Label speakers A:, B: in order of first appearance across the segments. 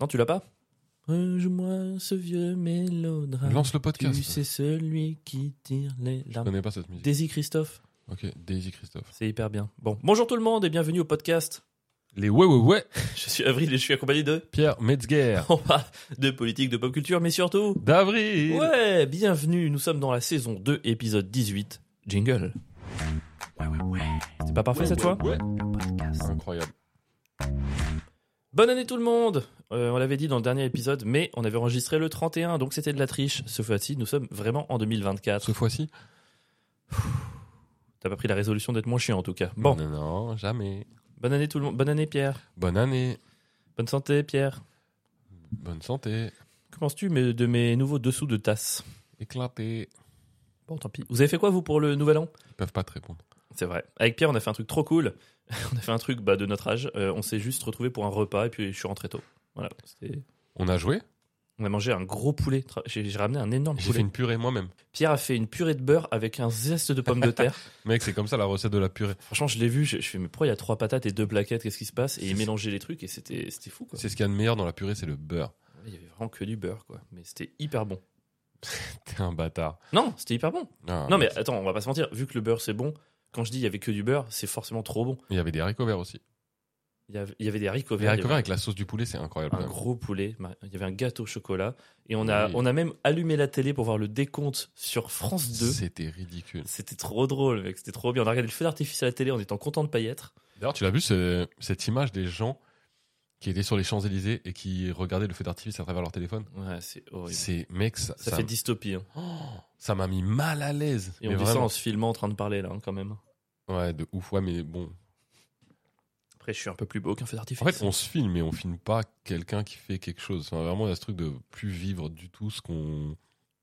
A: Non, tu l'as pas Rejoins ce vieux mélodrame.
B: Lance le podcast.
A: Ah, Tu sais celui qui tire les
B: Je
A: larmes.
B: connais pas cette musique.
A: Daisy Christophe,
B: Ok, Daisy Christophe.
A: c'est hyper bien. Bon, bonjour tout le monde et bienvenue au podcast.
B: Les ouais ouais ouais
A: Je suis Avril et je suis accompagné de.
B: Pierre Metzger
A: On parle de politique, de pop culture, mais surtout.
B: d'avril.
A: Ouais, bienvenue, nous sommes dans la saison 2, épisode 18. Jingle. C'est pas parfait cette fois
B: Ouais. Incroyable.
A: Bonne année tout le monde Euh, On l'avait dit dans le dernier épisode, mais on avait enregistré le 31, donc c'était de la triche. Ce fois-ci, nous sommes vraiment en 2024.
B: Ce fois-ci
A: T'as pas pris la résolution d'être moins chiant en tout cas. Bon,
B: Non, non, jamais.
A: bonne année tout le monde. Bonne année Pierre.
B: Bonne année.
A: Bonne santé Pierre.
B: Bonne santé.
A: Que penses-tu mes- de mes nouveaux dessous de tasse
B: Éclaté.
A: Bon, tant pis. Vous avez fait quoi vous pour le nouvel an
B: Ils peuvent pas te répondre.
A: C'est vrai. Avec Pierre, on a fait un truc trop cool. on a fait un truc bah, de notre âge. Euh, on s'est juste retrouvé pour un repas et puis je suis rentré tôt. Voilà. c'était-
B: On a joué
A: On a mangé un gros poulet. Tra- J'ai j'ai ramené un énorme
B: J'ai fait
A: poulet.
B: une purée moi-même.
A: Pierre a fait une purée de beurre avec un zeste de pommes de terre.
B: Mec, c'est comme ça la recette de la purée.
A: Franchement, je l'ai vu. Je, je fais, mais pourquoi il y a trois patates et deux plaquettes Qu'est-ce qui se passe Et il mélangeait les trucs et c'était c'était fou. Quoi.
B: C'est ce qu'il y a de meilleur dans la purée, c'est le beurre.
A: Ouais, Il y avait vraiment que du beurre, quoi. Mais c'était hyper bon.
B: T'es un bâtard.
A: Non, c'était hyper bon.
B: Ah,
A: non, mais attends, on va pas se mentir. Vu que le beurre c'est bon, quand je dis il y avait que du beurre, c'est forcément trop bon.
B: Il y avait des haricots verts aussi.
A: Il y avait, il y avait des haricots
B: Les
A: verts. il y
B: haricots verts
A: avait
B: avec la sauce du poulet, c'est incroyable.
A: un
B: quand même.
A: gros poulet, ma- il y avait un gâteau au chocolat et on a,
B: Oui.
A: on a même allumé la télé pour voir le décompte sur France 2.
B: C'était ridicule.
A: C'était trop drôle, mec, c'était trop bien. On a regardé le feu d'artifice à la télé en étant content de pas y être.
B: D'ailleurs, tu l'as vu, ce- cette image des gens qui étaient sur les Champs-Élysées et qui regardaient le feu d'artifice à travers leur téléphone.
A: Ouais, c'est horrible.
B: C'est, mec, ça,
A: Ça,
B: ça
A: fait
B: m-
A: dystopie. hein.
B: Oh, ça m'a mis mal à l'aise.
A: Et on
B: Mais
A: dit ça
B: vraiment.
A: en se filmant en train de parler là, hein, quand même.
B: Ouais, de ouf. Ouais, mais bon.
A: Après, je suis un peu plus beau qu'un feu d'artifice.
B: En fait, on se filme, mais on filme pas quelqu'un qui fait quelque chose. Enfin, vraiment, il y a ce truc de plus vivre du tout ce qu'on,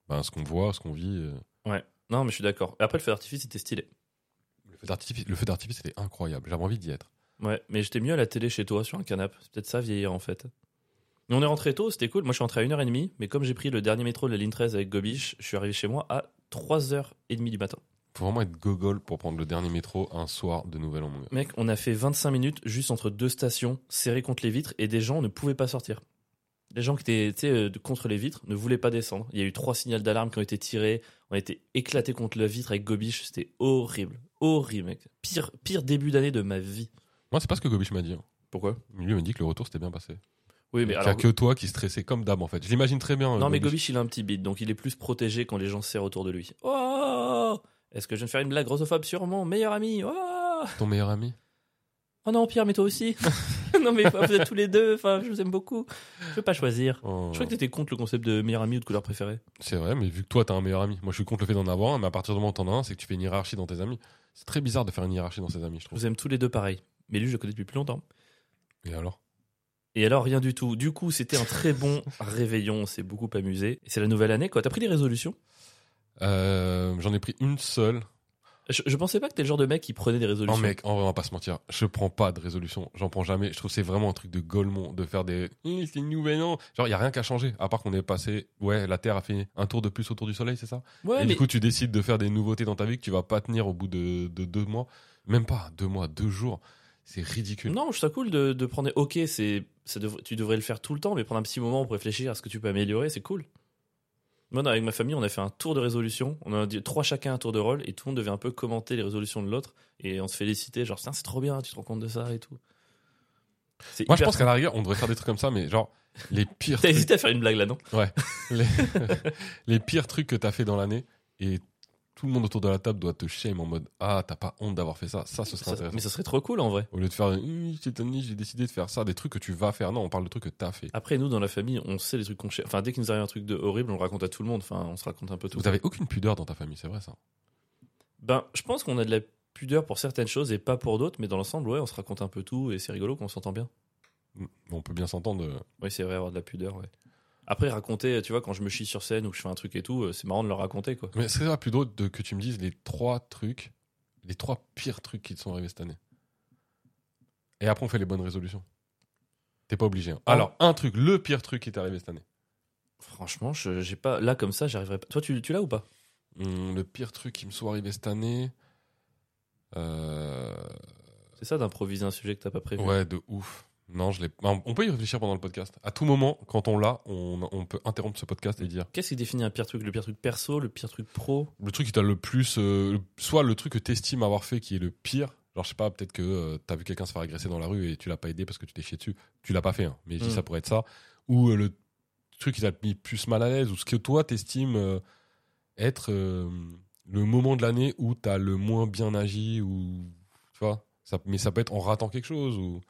B: ben, ce qu'on voit, ce qu'on vit. euh.
A: Non, mais je suis d'accord. Après, le feu d'artifice c'était stylé.
B: Le feu d'artifice, le feu d'artifice, c'était incroyable. J'avais envie d'y être.
A: Ouais, mais j'étais mieux à la télé chez toi, sur un canapé. C'est peut-être ça, vieillir en fait. Mais on est rentré tôt, c'était cool. Moi, je suis rentré à 1h30, mais comme j'ai pris le dernier métro de la ligne 13 avec Gobiche, je suis arrivé chez moi à 3h30 du matin.
B: Faut vraiment être gogol pour prendre le dernier métro un soir de Nouvel An, mon gars.
A: Mec, on a fait 25 minutes juste entre deux stations, serrées contre les vitres, et des gens ne pouvaient pas sortir. Les gens qui étaient tu sais, euh, contre les vitres ne voulaient pas descendre. Il y a eu trois signaux d'alarme qui ont été tirés. On a été éclatés contre la vitre avec Gobiche. C'était horrible. Horrible, mec. Pire, pire début d'année de ma vie.
B: Moi, c'est pas ce que Gobiche m'a dit. hein.
A: Pourquoi
B: Lui il m'a dit que le retour s'était bien passé.
A: Oui,
B: Il
A: mais
B: n'y
A: alors.
B: a que toi qui stressais comme d'hab en fait. Je l'imagine très bien. euh,
A: Non, mais
B: Gobiche.
A: Gobiche, il a un petit bide, donc il est plus protégé quand les gens serrent autour de lui. Oh Est-ce que je viens de faire une blague grossophobe sur mon meilleur ami Oh
B: Ton meilleur ami.
A: Oh non, Pierre, mais toi aussi Non, mais vous êtes tous les deux, enfin, je vous aime beaucoup. Je veux pas choisir. Je crois que t'étais contre le concept de meilleur ami ou de couleur préférée.
B: Oh. C'est vrai, mais vu que toi t'as un meilleur ami, moi je suis contre le fait d'en avoir un, mais à partir du moment où t'en as un, c'est que tu fais une hiérarchie dans tes amis. C'est très bizarre de faire une hiérarchie dans ses amis, je
A: Je
B: trouve.
A: vous aime tous les deux pareil. Mais lui, je le connais depuis plus longtemps.
B: Et alors
A: Et alors, rien du tout. Du coup, c'était un très bon réveillon. On s'est beaucoup amusé. Et C'est la nouvelle année, quoi. T'as pris des résolutions
B: Euh, J'en ai pris une seule.
A: je, je pensais pas que t'es le genre de mec qui prenait des résolutions.
B: Non Oh, mec, en vrai, on va pas se mentir, je prends pas de résolution, j'en prends jamais. Je trouve que c'est vraiment un truc de golemont de faire des. Hum, c'est une nouvelle an. Genre y a rien qu'à changer, à part qu'on est passé. Ouais, la Terre a fait un tour de plus autour du Soleil, c'est ça
A: Ouais,
B: Et
A: mais
B: du coup, tu décides de faire des nouveautés dans ta vie que tu vas pas tenir au bout de, de deux mois. Même pas deux mois, deux jours. C'est ridicule.
A: non, je trouve ça cool de, de prendre. des- Ok, c'est, ça devrait- tu devrais le faire tout le temps, mais prendre un petit moment pour réfléchir à ce que tu peux améliorer, c'est cool. Moi, non, avec ma famille, on a fait un tour de résolution. On a dit trois chacun un tour de rôle, et tout le monde devait un peu commenter les résolutions de l'autre, et on se félicitait, genre, Tiens, c'est trop bien, tu te rends compte de ça et tout. C'est
B: Moi, je
A: hyper
B: pense qu'à la rigueur, on devrait faire des trucs comme ça, mais genre, les pires,
A: T'as
B: trucs,
A: hésité à faire une blague là, non
B: les, les pires trucs que t'as fait dans l'année et tout le monde autour de la table doit te shame en mode Ah, t'as pas honte d'avoir fait ça. Ça, ce serait
A: Ça-
B: intéressant.
A: Mais ça serait trop cool en vrai.
B: Au lieu de faire Hum, cette année, j'ai décidé de faire ça, des trucs que tu vas faire. Non, on parle de trucs que t'as fait.
A: Après, nous, dans la famille, on sait les trucs qu'on cherche. Enfin, dès qu'il nous arrive un truc de horrible, on le raconte à tout le monde. Enfin, on se raconte un peu tout.
B: Vous avez aucune pudeur dans ta famille, c'est vrai ça.
A: Ben, je pense qu'on a de la pudeur pour certaines choses et pas pour d'autres, mais dans l'ensemble, ouais, on se raconte un peu tout et c'est rigolo qu'on s'entend bien.
B: Hum, On peut bien s'entendre. euh,
A: Oui, c'est vrai, avoir de la pudeur, ouais. Après, raconter, tu vois, quand je me chie sur scène ou que je fais un truc et tout, euh, c'est marrant de le raconter, quoi.
B: Mais ce serait plus drôle de- que tu me dises les trois trucs, les trois pires trucs qui te sont arrivés cette année. Et après, on fait les bonnes résolutions. T'es pas obligé. hein.
A: Ah.
B: Alors, un truc, le pire truc qui t'est arrivé cette année.
A: Franchement, je- j'ai pas. Là, comme ça, j'arriverais pas. Toi, tu, tu l'as ou pas
B: Hum, le pire truc qui me soit arrivé cette année. euh,
A: C'est ça d'improviser un sujet que t'as pas prévu.
B: Ouais, de ouf. Non, je l'ai. On on peut y réfléchir pendant le podcast. À tout moment, quand on l'a, on, on peut interrompre ce podcast et dire
A: Qu'est-ce qui définit un pire truc Le pire truc perso, le pire truc pro
B: le truc qui t'a le plus. euh, le- soit le truc que t'estimes avoir fait qui est le pire. Genre, je sais pas, peut-être que euh, t'as vu quelqu'un se faire agresser dans la rue et tu l'as pas aidé parce que tu t'es chié dessus. Tu l'as pas fait, hein, mais je dis
A: Mm.
B: ça pourrait être ça. Ou euh, le truc qui t'a mis plus mal à l'aise, ou ce que toi t'estimes euh, être euh, le moment de l'année où t'as le moins bien agi, ou. Tu vois ça, Mais ça peut être en ratant quelque chose, ou.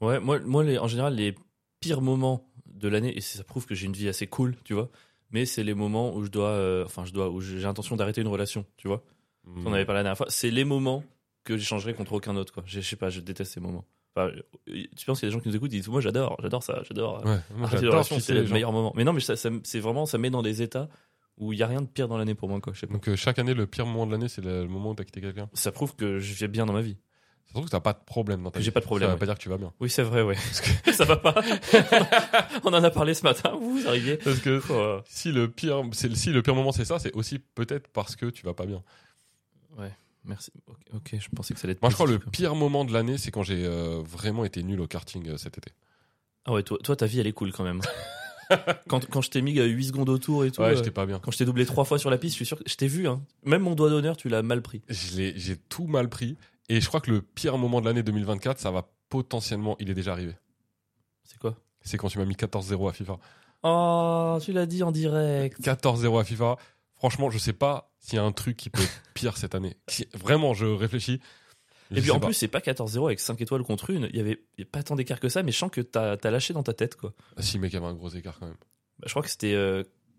A: Ouais, moi, moi les- en général, les pires moments de l'année, et ça prouve que j'ai une vie assez cool, tu vois, mais c'est les moments où je dois, euh, enfin, je dois, où j'ai intention d'arrêter une relation, tu vois.
B: Mmh.
A: On avait parlé la dernière fois. C'est les moments que j'échangerais contre aucun autre, quoi. Je, je sais pas, je déteste ces moments. Enfin, euh, tu penses qu'il y a des gens qui nous écoutent, ils disent, moi, j'adore, j'adore ça, j'adore.
B: Ouais, moi,
A: Arrêter une
B: j'adore
A: relation,
B: fister
A: c'est le
B: les gens.
A: meilleur moment. Mais non, mais ça, ça me- c'est vraiment, ça met dans des états où il y a rien de pire dans l'année pour moi, quoi. Je sais pas.
B: Donc, euh, chaque année, le pire moment de l'année, c'est le, le moment où t'as quitté quelqu'un.
A: Ça prouve que je vis bien dans ma vie.
B: Ça se trouve que t'as pas de problème dans ta
A: J'ai
B: vie.
A: pas de problème,
B: Ça
A: ouais.
B: veut pas dire que tu vas bien.
A: Oui, c'est vrai, ouais. Parce que ça va pas. On en a parlé ce matin. Vous arrivez.
B: Parce que
A: Faut, euh,
B: si le pire, c'est- si le pire moment c'est ça, c'est aussi peut-être parce que tu vas pas bien.
A: Merci. Ok, ok, je pensais que ça allait être.
B: Moi, je crois le
A: positif, quoi.
B: pire moment de l'année, c'est quand j'ai euh, vraiment été nul au karting euh, cet été.
A: Ah ouais, toi, toi, ta vie, elle est cool quand même. quand, quand je t'ai mis 8 secondes autour et tout.
B: Ouais,
A: euh,
B: j'étais pas bien.
A: quand je t'ai doublé trois fois sur la piste, je suis sûr que je t'ai vu. Hein. Même mon doigt d'honneur, tu l'as mal pris.
B: Je l'ai- J'ai tout mal pris. Et je crois que le pire moment de l'année 2024, ça va potentiellement, il est déjà arrivé.
A: C'est quoi
B: C'est quand tu m'as mis 14-0 à FIFA.
A: Oh, tu l'as dit en direct.
B: 14-0 à FIFA. Franchement, je sais pas s'il y a un truc qui peut être pire cette année. Si- Vraiment, je réfléchis. Je
A: et puis
B: sais
A: en
B: pas.
A: plus, c'est pas 14-0 avec 5 étoiles contre une. Il y avait il y a pas tant d'écart que ça, mais je sens que t'as as lâché dans ta tête, quoi.
B: Si, mec, il y avait un gros écart quand même.
A: Bah, je crois que c'était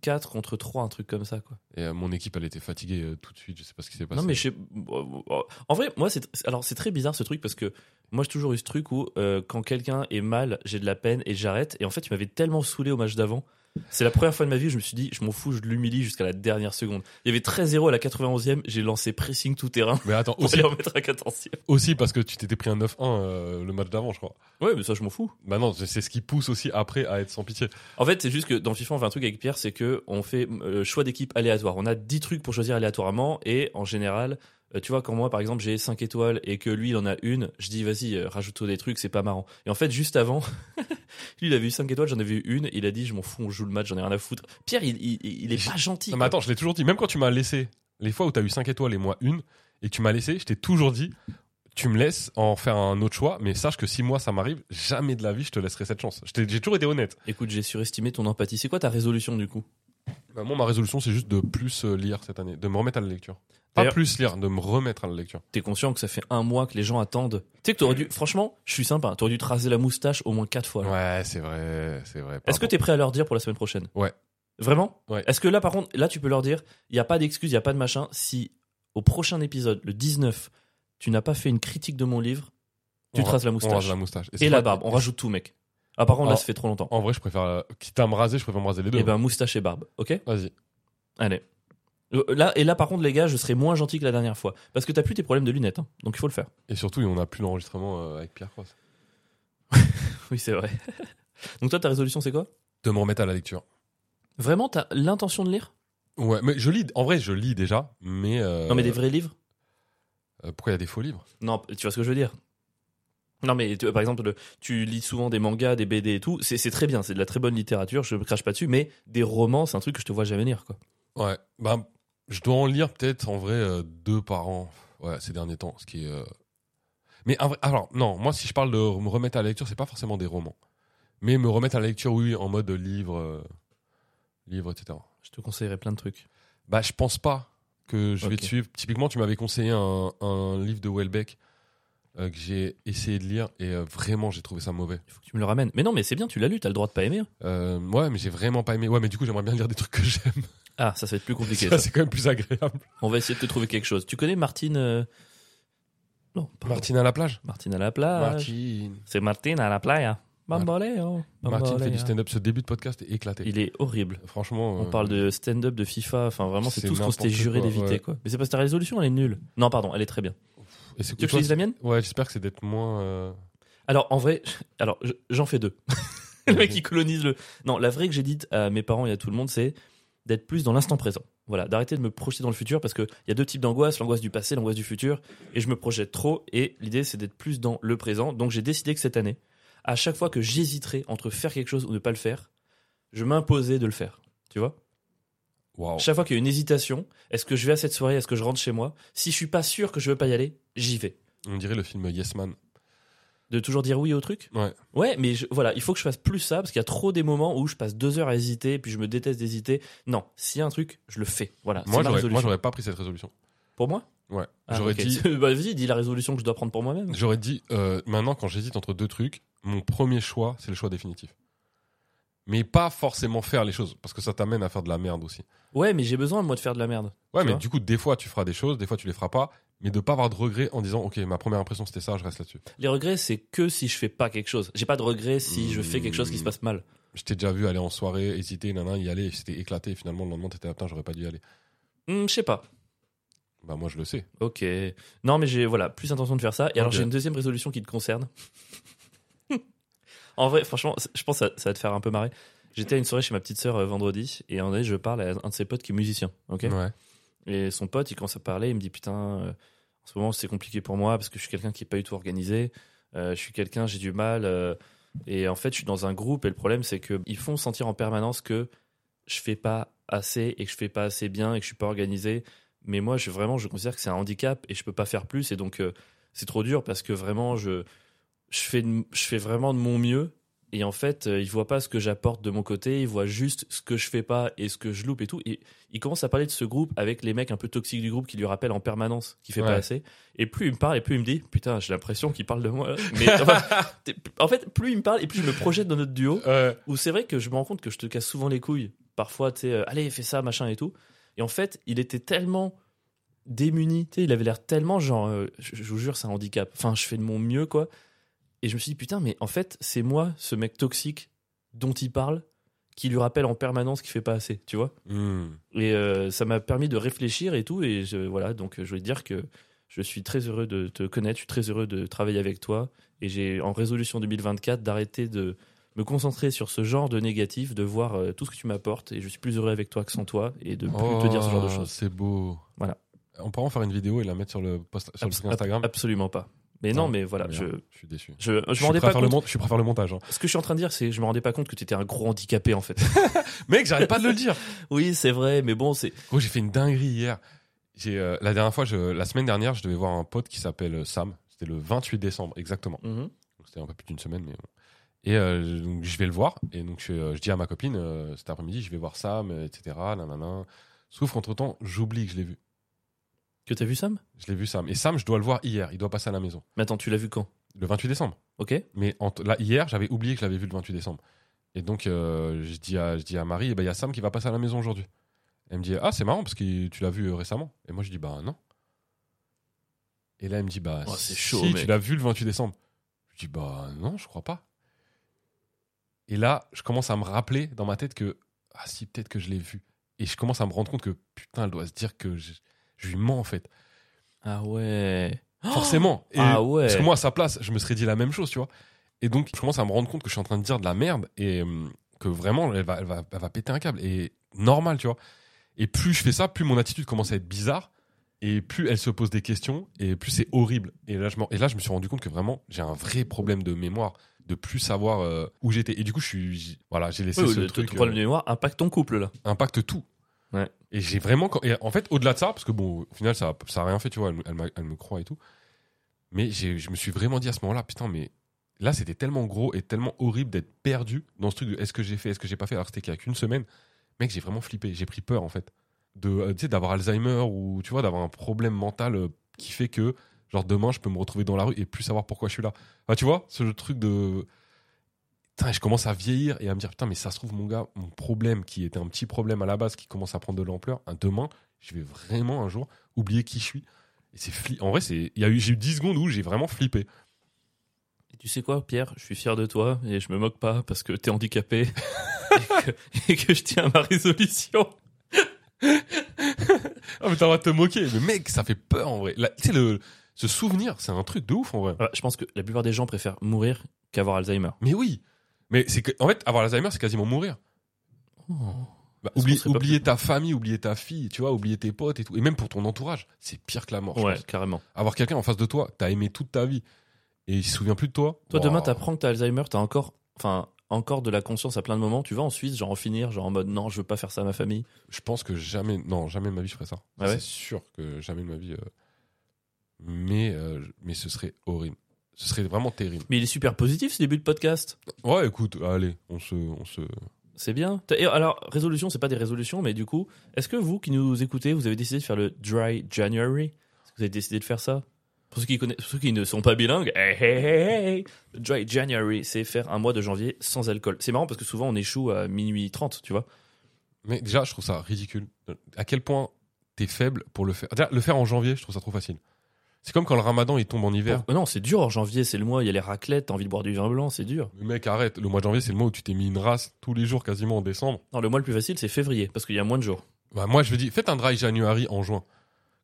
A: 4 contre 3, un truc comme ça, quoi.
B: Et euh, mon équipe, elle était fatiguée euh, tout de suite. Je sais pas ce qui s'est passé.
A: Non mais je sais- euh, en vrai moi c'est alors c'est très bizarre ce truc parce que moi j'ai toujours eu ce truc où euh, quand quelqu'un est mal j'ai de la peine et j'arrête et en fait il m'avait tellement saoulé au match d'avant c'est la première fois de ma vie où je me suis dit je m'en fous je l'humilie jusqu'à la dernière seconde il y avait 13-0 à la 91e j'ai lancé pressing tout terrain
B: Mais attends,
A: pour
B: aussi,
A: aller remettre à 14e
B: Aussi parce que tu t'étais pris un 9-1 euh, le match d'avant, je crois.
A: ouais mais ça je m'en fous
B: Bah non, c'est c'est ce qui pousse aussi après à être sans pitié.
A: en fait c'est juste que dans FIFA on fait un truc avec Pierre c'est que on fait euh, choix d'équipe aléatoire on a 10 trucs pour choisir aléatoirement et en général Euh, tu vois, quand moi, par exemple, j'ai 5 étoiles et que lui, il en a une, je dis, vas-y, euh, rajoute-toi des trucs, c'est pas marrant. Et en fait, juste avant, lui, il avait eu 5 étoiles, j'en avais eu une, il a dit, je m'en fous, on joue le match, j'en ai rien à foutre. Pierre, il, il, il est pas gentil.
B: Non, mais
A: quoi.
B: attends, je l'ai toujours dit, même quand tu m'as laissé, les fois où t'as eu 5 étoiles et moi une, et que tu m'as laissé, je t'ai toujours dit, tu me laisses en faire un autre choix, mais sache que si moi ça m'arrive, jamais de la vie je te laisserai cette chance. Je t'ai- J'ai toujours été honnête.
A: Écoute, j'ai surestimé ton empathie. C'est quoi ta résolution, du coup
B: Bah, moi, ma résolution, c'est juste de plus euh, lire cette année, de me remettre à la lecture. Pas
A: D'ailleurs-
B: plus lire, de me remettre à la lecture.
A: T'es conscient que ça fait un mois que les gens attendent. Tu sais que
B: Euh.
A: t'aurais dû, franchement, je suis sympa, t'aurais dû tracer la moustache au moins 4 fois. là.
B: Ouais, c'est vrai, c'est vrai.
A: Est-ce que t'es prêt à leur dire pour la semaine prochaine
B: Ouais.
A: Vraiment
B: Ouais.
A: Est-ce que là, par contre, là, tu peux leur dire, il n'y a pas d'excuse, il n'y a pas de machin. Si au prochain épisode, le 19, tu n'as pas fait une critique de mon livre, tu
B: On ra-
A: traces la
B: on
A: moustache.
B: rase la moustache. c'est
A: Et la
B: pas-
A: barbe, on rajoute tout, mec. Ah, par contre, là,
B: Alors-
A: ça fait trop longtemps.
B: En vrai, je préfère, euh, quitte à me raser, je préfère me raser les deux.
A: Et ben, moustache et barbe, ok
B: Vas-y.
A: Allez. Euh, Là, et là, par contre, les gars, je serai moins gentil que la dernière fois. Parce que t'as plus tes problèmes de lunettes, hein. donc il faut le faire.
B: Et surtout, on n'a plus l'enregistrement euh, avec Pierre Cross.
A: Oui, c'est vrai. donc, toi, ta résolution, c'est quoi
B: de me remettre à la lecture.
A: Vraiment, t'as l'intention de lire
B: Ouais, mais je lis, en vrai, je lis déjà, mais. euh,
A: Non, mais des vrais livres
B: euh, pourquoi il y a des faux livres
A: Non, tu vois ce que je veux dire non mais tu- par exemple le- tu lis souvent des mangas, des BD et tout, c'est c'est très bien, c'est de la très bonne littérature, je me crache pas dessus, mais des romans c'est un truc que je te vois jamais lire quoi.
B: Ouais, bah, je dois en lire peut-être, en vrai, euh, deux par an, ouais, ces derniers temps, ce qui est. euh, Mais en vrai- alors, non, moi, si je parle de me remettre à la lecture, c'est pas forcément des romans. Mais me remettre à la lecture, oui, en mode livre, euh, livre, etc.
A: Je te conseillerais plein de trucs.
B: Bah, je pense pas que je vais
A: Ok.
B: te suivre. Typiquement, tu m'avais conseillé un, un livre de Welbeck euh, que j'ai essayé de lire et euh, vraiment, j'ai trouvé ça mauvais.
A: Il faut que tu me le ramènes. Mais non mais c'est bien, tu l'as lu, t'as le droit de pas aimer. hein.
B: Euh, ouais, mais j'ai vraiment pas aimé. Ouais, mais du coup, j'aimerais bien lire des trucs que j'aime.
A: Ah ça ça va être plus compliqué. ça.
B: Ça, c'est quand même plus agréable.
A: On va essayer de te trouver quelque chose. Tu connais Martine euh, Non, pardon.
B: Martine à la plage.
A: Martine Ah, bah, à la plage.
B: Martine.
A: C'est Ah. Martine à la playa. Bamboleo.
B: Martine fait
A: Bamboleo.
B: du stand-up. Ce début de podcast est éclaté.
A: Il est horrible.
B: Franchement.
A: On
B: euh,
A: parle de stand-up, de FIFA, enfin vraiment c'est
B: c'est
A: tout ce qu'on s'était
B: n'importe
A: juré
B: quoi,
A: d'éviter
B: ouais.
A: quoi. Mais c'est parce que ta résolution elle est nulle. Non pardon, elle est très bien.
B: et c'est-
A: Tu veux que je
B: toi,
A: te dise la mienne
B: c'est- Ouais, j'espère que c'est d'être moins. euh,
A: Alors, en vrai, alors je- j'en fais deux. le mec qui colonise le. Non, la vraie que j'ai dite à mes parents et à tout le monde, c'est d'être plus dans l'instant présent. Voilà, d'arrêter de me projeter dans le futur parce qu'il y a deux types d'angoisse, l'angoisse du passé, l'angoisse du futur. Et je me projette trop. Et l'idée, c'est d'être plus dans le présent. Donc, j'ai décidé que cette année, à chaque fois que j'hésiterais entre faire quelque chose ou ne pas le faire, je m'imposais de le faire. Tu vois
B: Waouh.
A: Chaque fois qu'il y a une hésitation, est-ce que je vais à cette soirée, est-ce que je rentre chez moi Si je suis pas sûr que je veux pas y aller, j'y vais.
B: On dirait le film Yes Man.
A: Ah, De toujours dire oui au truc
B: Ouais.
A: Ouais, mais je- voilà, il faut que je fasse plus ça parce qu'il y a trop des moments où je passe deux heures à hésiter, puis je me déteste d'hésiter. Non, s'il y a un truc, je le fais. Voilà, c'est
B: Moi,
A: ma
B: j'aurais- moi,
A: résolution.
B: j'aurais pas pris cette résolution.
A: pour moi
B: Ouais.
A: Ah,
B: j'aurais
A: ok.
B: dit,
A: bah, vas-y, dis la résolution que je dois prendre pour moi-même.
B: j'aurais dit euh, maintenant, quand j'hésite entre deux trucs, mon premier choix, c'est le choix définitif. Mais pas forcément faire les choses, parce que ça t'amène à faire de la merde aussi.
A: Ouais, mais j'ai besoin, moi, de faire de la merde.
B: Ouais,
A: Tu
B: mais
A: vois
B: du coup, des fois, tu feras des choses, des fois, tu les feras pas, mais de pas avoir de regrets en disant, ok, ma première impression, c'était ça, je reste là-dessus.
A: Les regrets, c'est que si je fais pas quelque chose. J'ai pas de regrets si je fais quelque
B: Hmm.
A: chose qui se passe mal.
B: Je t'ai déjà vu aller en soirée, hésiter, nanan, y aller, et c'était éclaté, et finalement, le lendemain, t'étais là, putain, j'aurais pas dû y aller.
A: Hmm, je sais pas.
B: Bah, moi, je le sais.
A: Ok. Non, mais j'ai voilà plus intention de faire ça. Et alors
B: Ok.
A: j'ai une deuxième résolution qui te concerne. en vrai, franchement, c- je pense que ça, ça va te faire un peu marrer. J'étais à une soirée chez ma petite sœur euh, vendredi et en vrai, je parle à un de ses potes qui est musicien. Ok.
B: Ouais.
A: Et son pote, il commence à parler, il me dit putain, euh, en ce moment c'est compliqué pour moi parce que je suis quelqu'un qui est pas du tout organisé. Euh, je suis quelqu'un, j'ai du mal. euh, et en fait, je suis dans un groupe et le problème c'est que ils font sentir en permanence que je fais pas assez et que je fais pas assez bien et que je suis pas organisé. Mais moi, je vraiment, je considère que c'est un handicap et je peux pas faire plus. Et donc, euh, c'est trop dur parce que vraiment, je je fais de- je fais vraiment de mon mieux. Et en fait, euh, ils voient pas ce que j'apporte de mon côté, ils voient juste ce que je fais pas et ce que je loupe et tout. Et il commence à parler de ce groupe avec les mecs un peu toxiques du groupe qui lui rappellent en permanence qu'il fait
B: Ouais.
A: pas assez. Et plus il me parle et plus il me dit Putain, j'ai l'impression qu'il parle de moi. Mais enfin, t'es- en fait, plus il me parle et plus je me projette dans notre duo où c'est vrai que je me rends compte que je te casse souvent les couilles. Parfois, tu sais, euh, allez, fais ça, machin et tout. Et en fait, il était tellement démuni, tu sais, il avait l'air tellement genre, euh, je, je vous jure, c'est un handicap. Enfin, je fais de mon mieux, quoi. Et je me suis dit, putain, mais en fait, c'est moi, ce mec toxique dont il parle, qui lui rappelle en permanence qu'il fait pas assez, tu vois.
B: Hmm.
A: Et euh, ça m'a permis de réfléchir et tout. Et je- voilà, donc euh, je voulais te dire que je suis très heureux de te connaître, je suis très heureux de travailler avec toi. Et j'ai en résolution 2024 d'arrêter de me concentrer sur ce genre de négatif, de voir euh, tout ce que tu m'apportes. Et je suis plus heureux avec toi que sans toi et de plus te dire ce genre de
B: Oh,
A: choses.
B: C'est beau.
A: Voilà.
B: On pourra en faire une vidéo et la mettre sur le, post sur le
A: Abs-
B: truc Instagram.
A: ab- absolument pas. Mais non,
B: Non,
A: mais voilà, je.
B: Merde, je suis déçu.
A: Je, je,
B: suis
A: m'en rendais
B: prêt
A: pas
B: à faire le
A: compte.
B: mon- je suis prêt à faire le montage. hein.
A: Ce que je suis en train de dire, c'est que je me rendais pas compte que tu étais un gros handicapé en fait.
B: Mec, j'arrête pas de le dire.
A: oui, c'est vrai, mais bon, c'est.
B: Gros, Oh, j'ai fait une dinguerie hier. J'ai euh, la dernière fois, je- la semaine dernière, je devais voir un pote qui s'appelle euh, Sam. C'était le 28 décembre, exactement.
A: Mhm.
B: Donc, C'était un peu plus d'une semaine, mais bon. Et euh, donc, je vais le voir. Et donc, je, euh, je dis à ma copine, euh, cet après-midi, je vais voir Sam, euh, etc. Nanana. Sauf qu'entre-temps, j'oublie que je l'ai vu.
A: Que t'as vu Sam
B: Je l'ai vu, Sam. Et Sam, je dois le voir hier. Il doit passer à la maison.
A: Mais attends, tu l'as vu quand
B: Le 28 décembre.
A: Ok
B: Mais en t- là, hier, j'avais oublié que je l'avais vu le 28 décembre. Et donc, euh, je, dis à, je dis à Marie, Eh ben, il y a Sam qui va passer à la maison aujourd'hui. Elle me dit, ah, c'est marrant parce que tu l'as vu euh, récemment. Et moi, je dis, bah non. Et là, elle me dit, bah
A: Oh, c'est chaud,
B: si,
A: mec.
B: tu l'as vu le 28 décembre. Je dis, bah non, je crois pas. Et là, je commence à me rappeler dans ma tête que, ah si, peut-être que je l'ai vu. Et je commence à me rendre compte que, putain, elle doit se dire que je, je lui mens en fait.
A: Ah ouais.
B: Forcément. Et-
A: ah ouais.
B: parce que moi, à sa place, je me serais dit la même chose, tu vois. Et donc, je commence à me rendre compte que je suis en train de dire de la merde et hum, que vraiment, elle va, elle va, elle va péter un câble. Et normal, tu vois. Et plus je fais ça, plus mon attitude commence à être bizarre. Et plus elle se pose des questions, et plus c'est horrible. Et là, je m'en- et là, je me suis rendu compte que vraiment, j'ai un vrai problème de mémoire, de plus savoir euh, où j'étais. Et du coup, je suis, j'- voilà, j'ai laissé
A: Oui,
B: ce
A: le-
B: truc.
A: ton problème
B: euh,
A: de mémoire impacte ton couple là.
B: impacte tout.
A: Ouais.
B: Et j'ai vraiment. et en fait, au-delà de ça, parce que bon, au final, ça n'a rien fait, tu vois, elle, me- elle m'a- elle me croit et tout. Mais j'ai- je me suis vraiment dit à ce moment-là, putain, mais là, c'était tellement gros et tellement horrible d'être perdu dans ce truc de est-ce que j'ai fait, est-ce que j'ai pas fait, alors que c'était qu'il y a qu'une semaine. Mec, j'ai vraiment flippé, j'ai pris peur en fait. de euh, Tu sais, d'avoir Alzheimer ou tu vois, d'avoir un problème mental euh, qui fait que, genre, demain, je peux me retrouver dans la rue et plus savoir pourquoi je suis là. Enfin, tu vois, ce truc de. Putain, je commence à vieillir et à me dire, putain, mais ça se trouve, mon gars, mon problème qui était un petit problème à la base, qui commence à prendre de l'ampleur, un demain, je vais vraiment un jour oublier qui je suis. Et c'est flippant. En vrai, c'est... il y a eu... j'ai eu 10 secondes où j'ai vraiment flippé.
A: Et tu sais quoi, Pierre, je suis fier de toi et je me moque pas parce que t'es handicapé et, que, et que je tiens à ma résolution.
B: Ah, mais t'as le droit de te moquer. Mais mec, ça fait peur en vrai. Là, Tu sais, le... ce souvenir, c'est un truc de ouf en vrai.
A: Voilà, je pense que la plupart des gens préfèrent mourir qu'avoir Alzheimer.
B: Mais oui. Mais c'est que... en fait, avoir l'Alzheimer, c'est quasiment mourir.
A: Oh,
B: Bah,
A: Est-ce
B: oublie-
A: qu'on serait pas
B: oublier ta famille, oublier ta fille, tu vois, oublier tes potes et tout. Et même pour ton entourage, c'est pire que la mort. je
A: ouais,
B: pense.
A: carrément.
B: avoir quelqu'un en face de toi, t'as aimé toute ta vie, et il se souvient plus de toi.
A: Toi,
B: Waouh.
A: demain, t'apprends que t'as Alzheimer, t'as encore, enfin, encore de la conscience à plein de moments. Tu vas en Suisse, genre en finir, genre en mode non, je veux pas faire ça à ma famille.
B: Je pense que jamais, non, jamais de ma vie je ferais ça. Ça,
A: Ah ouais
B: C'est sûr que jamais de ma vie. euh, Mais, euh, mais ce serait horrible. Ce serait vraiment terrible.
A: Mais il est super positif ce début de podcast.
B: Ouais, écoute, allez, on se, on se.
A: C'est bien. T'as- et alors, résolution, c'est pas des résolutions, mais du coup, est-ce que vous qui nous écoutez, vous avez décidé de faire le Dry January Est-ce que vous avez décidé de faire ça pour ceux, qui connaissent, pour ceux qui ne sont pas bilingues, hey, hey, hey, hey. Le Dry January, c'est faire un mois de janvier sans alcool. C'est marrant parce que souvent on échoue à minuit 30, tu vois.
B: Mais déjà, je trouve ça ridicule. À quel point t'es faible pour le faire. Déjà, le faire en janvier, je trouve ça trop facile. C'est comme quand le ramadan il tombe en hiver.
A: Pour- Oh, non, c'est dur en janvier, c'est le mois, il y a les raclettes, t'as envie de boire du vin blanc, c'est dur.
B: Mais mec, arrête. Le mois de janvier, c'est le mois où tu t'es mis une race tous les jours quasiment en décembre.
A: Non, le mois le plus facile, c'est février, parce qu'il y a moins de jours.
B: Bah, moi, je dis, faites un dry January en juin.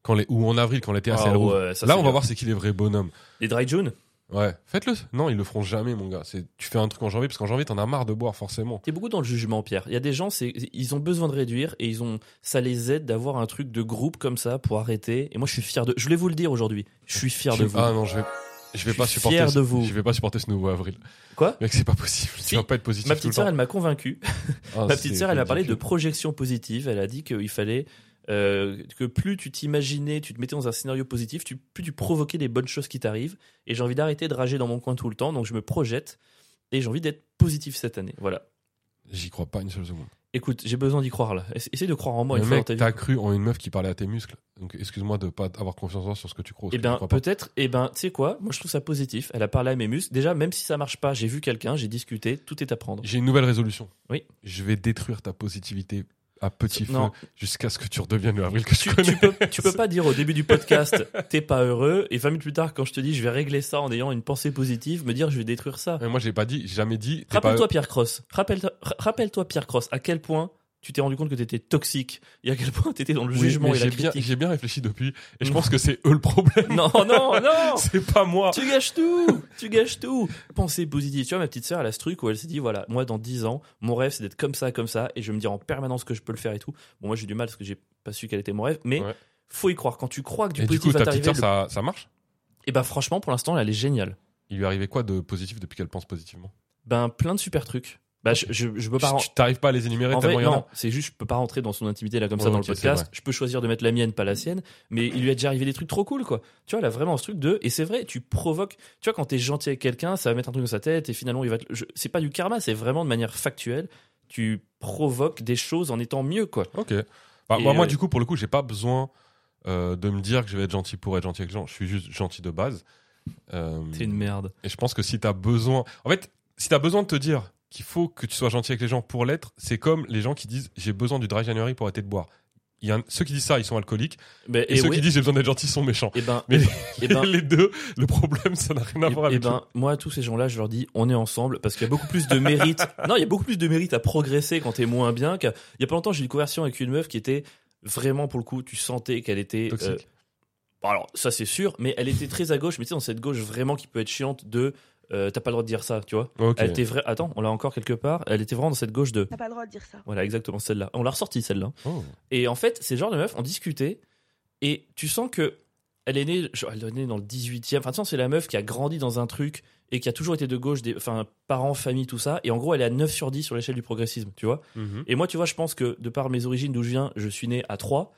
B: Quand les, ou en avril, quand l'été
A: Ah
B: assez roule.
A: ouais, ça, c'est
B: Là, on va
A: bien.
B: voir c'est qui les vrais bonhommes.
A: Les dry June
B: Ouais, faites-le. Non, ils le feront jamais, mon gars. C'est, tu fais un truc en janvier parce qu'en janvier, t'en as marre de boire, forcément.
A: T'es beaucoup dans le jugement, Pierre. Il y a des gens, c'est, ils ont besoin de réduire et ils ont, ça les aide d'avoir un truc de groupe comme ça pour arrêter. Et moi, je suis fier de. Je voulais vous le dire aujourd'hui. Je suis fier
B: Je-
A: de vous.
B: Ah non, je vais, je vais
A: suis
B: pas supporter.
A: fier de
B: ce-
A: vous.
B: Je vais pas supporter ce nouveau avril.
A: Quoi
B: Mec, c'est pas possible. Tu
A: Si.
B: vas pas être positif
A: Ma
B: tout
A: petite
B: le
A: sœur,
B: temps.
A: elle m'a convaincu.
B: Ah,
A: Ma petite
B: c'est
A: sœur, elle a parlé de
B: ridicule.
A: projection positive. Elle a dit qu'il fallait euh, que plus tu t'imaginais, tu te mettais dans un scénario positif, tu, plus tu provoquais les bonnes choses qui t'arrivent. Et j'ai envie d'arrêter de rager dans mon coin tout le temps, donc je me projette et j'ai envie d'être positif cette année. Voilà.
B: J'y crois pas une seule seconde.
A: Écoute, j'ai besoin d'y croire là. Essa- Essaye de croire en moi
B: Le
A: une fois dans
B: mec,
A: ta vie.
B: t'as cru en une meuf qui parlait à tes muscles. Donc, excuse-moi de pas avoir confiance en toi sur ce que tu crois.
A: Eh
B: bien,
A: bien, peut-être, eh ben, tu sais quoi, moi je trouve ça positif. Elle a parlé à mes muscles. Déjà, même si ça marche pas, j'ai vu quelqu'un, j'ai discuté, tout est à prendre.
B: J'ai une nouvelle résolution.
A: Oui.
B: Je vais détruire ta positivité à petit feu
A: Non.
B: jusqu'à ce que tu redeviennes le avril que je
A: Tu,
B: connais.
A: tu peux, tu peux pas dire au début du podcast, t'es pas heureux, et 20 minutes plus tard, quand je te dis, je vais régler ça en ayant une pensée positive, me dire, je vais détruire ça.
B: Mais moi, j'ai pas dit, j'ai jamais dit. t'es pas-
A: Rappelle-toi Pierre Cross. Rappelle-toi, ra- rappelle-toi Pierre Cross. À quel point tu t'es rendu compte que t'étais toxique et à quel point t'étais dans le
B: Oui,
A: jugement
B: mais
A: et la
B: j'ai bien,
A: critique.
B: j'ai bien réfléchi depuis, et je
A: Non.
B: pense que c'est eux le problème.
A: Non, non, non.
B: C'est pas moi.
A: Tu gâches tout Tu gâches tout Oh. Pensée positive. Tu vois, ma petite sœur, elle a ce truc où elle s'est dit, voilà, moi, dans 10 ans, mon rêve, c'est d'être comme ça, comme ça, et je vais me dire en permanence que je peux le faire et tout. Bon, moi, j'ai du mal parce que j'ai pas su quel était mon rêve, mais
B: Ouais.
A: faut y croire. Quand tu crois que du
B: Et du
A: positif
B: coup,
A: va
B: ta petite
A: t'arriver,
B: sœur, ça, ça marche
A: et ben franchement, pour l'instant, elle est géniale.
B: Il lui est arrivé quoi de positif depuis qu'elle pense positivement
A: Ben, plein de super trucs. Bah, je, je, je peux
B: Tu
A: pas... ren-
B: tu t'arrives pas à les énumérer
A: En
B: tellement
A: vrai,
B: il y en a.
A: non, c'est juste, je peux pas rentrer dans son intimité là comme ça
B: Ouais,
A: dans
B: ok,
A: le
B: c'est
A: podcast.
B: vrai.
A: Je peux choisir de mettre la mienne, pas la sienne, mais il lui est déjà arrivé des trucs trop cool, quoi. Tu vois, elle a vraiment ce truc de, et c'est vrai, tu provoques, tu vois, quand t'es gentil avec quelqu'un, ça va mettre un truc dans sa tête, et finalement, il va te- je- c'est pas du karma, c'est vraiment de manière factuelle, tu provoques des choses en étant mieux, quoi.
B: Ok. Bah,
A: Et,
B: moi, moi,
A: euh,
B: du coup, pour le coup, j'ai pas besoin euh, de me dire que je vais être gentil pour être gentil avec les gens. Je suis juste gentil de base. Euh,
A: C'est une merde.
B: et je pense que si t'as besoin. En fait, si t'as besoin de te dire qu'il faut que tu sois gentil avec les gens pour l'être, c'est comme les gens qui disent j'ai besoin du dry January pour arrêter de boire. Il y a un- Ceux qui disent ça, ils sont alcooliques.
A: Ben,
B: Et, ceux qui disent j'ai besoin d'être gentil sont méchants.
A: et ben,
B: Mais-
A: eh ben-
B: les deux, le problème, ça n'a rien à voir
A: Et,
B: avec
A: ben, moi, tous ces gens-là, je leur dis, on est ensemble parce qu'il y a beaucoup plus de mérite. non, il y a beaucoup plus de mérite à progresser quand t'es moins bien. qu'à- Il y a pas longtemps, j'ai eu une conversion avec une meuf qui était vraiment, pour le coup, tu sentais qu'elle était.
B: Toxique.
A: euh, bon, alors, ça, c'est sûr, mais elle était très à gauche, mais tu sais, dans cette gauche vraiment qui peut être chiante de. euh, T'as pas le droit de dire ça, tu vois.
B: Ok.
A: Elle était vraie. Attends, on l'a encore quelque part. Elle était vraiment dans cette gauche de.
C: T'as pas le droit de dire ça.
A: Voilà, exactement celle-là. On l'a ressortie, celle-là.
B: Oh.
A: Et en fait, ces genres de meufs, on discutait, et tu sens que elle est née, genre, elle est née dans le 18e. Enfin, tu sens, c'est la meuf qui a grandi dans un truc et qui a toujours été de gauche, des, enfin, parents, famille, tout ça. Et en gros, elle est à 9 sur 10 sur l'échelle du progressisme, tu vois.
B: Mhm.
A: Et moi, tu vois, je pense que de par mes origines, d'où je viens, je suis né à 3.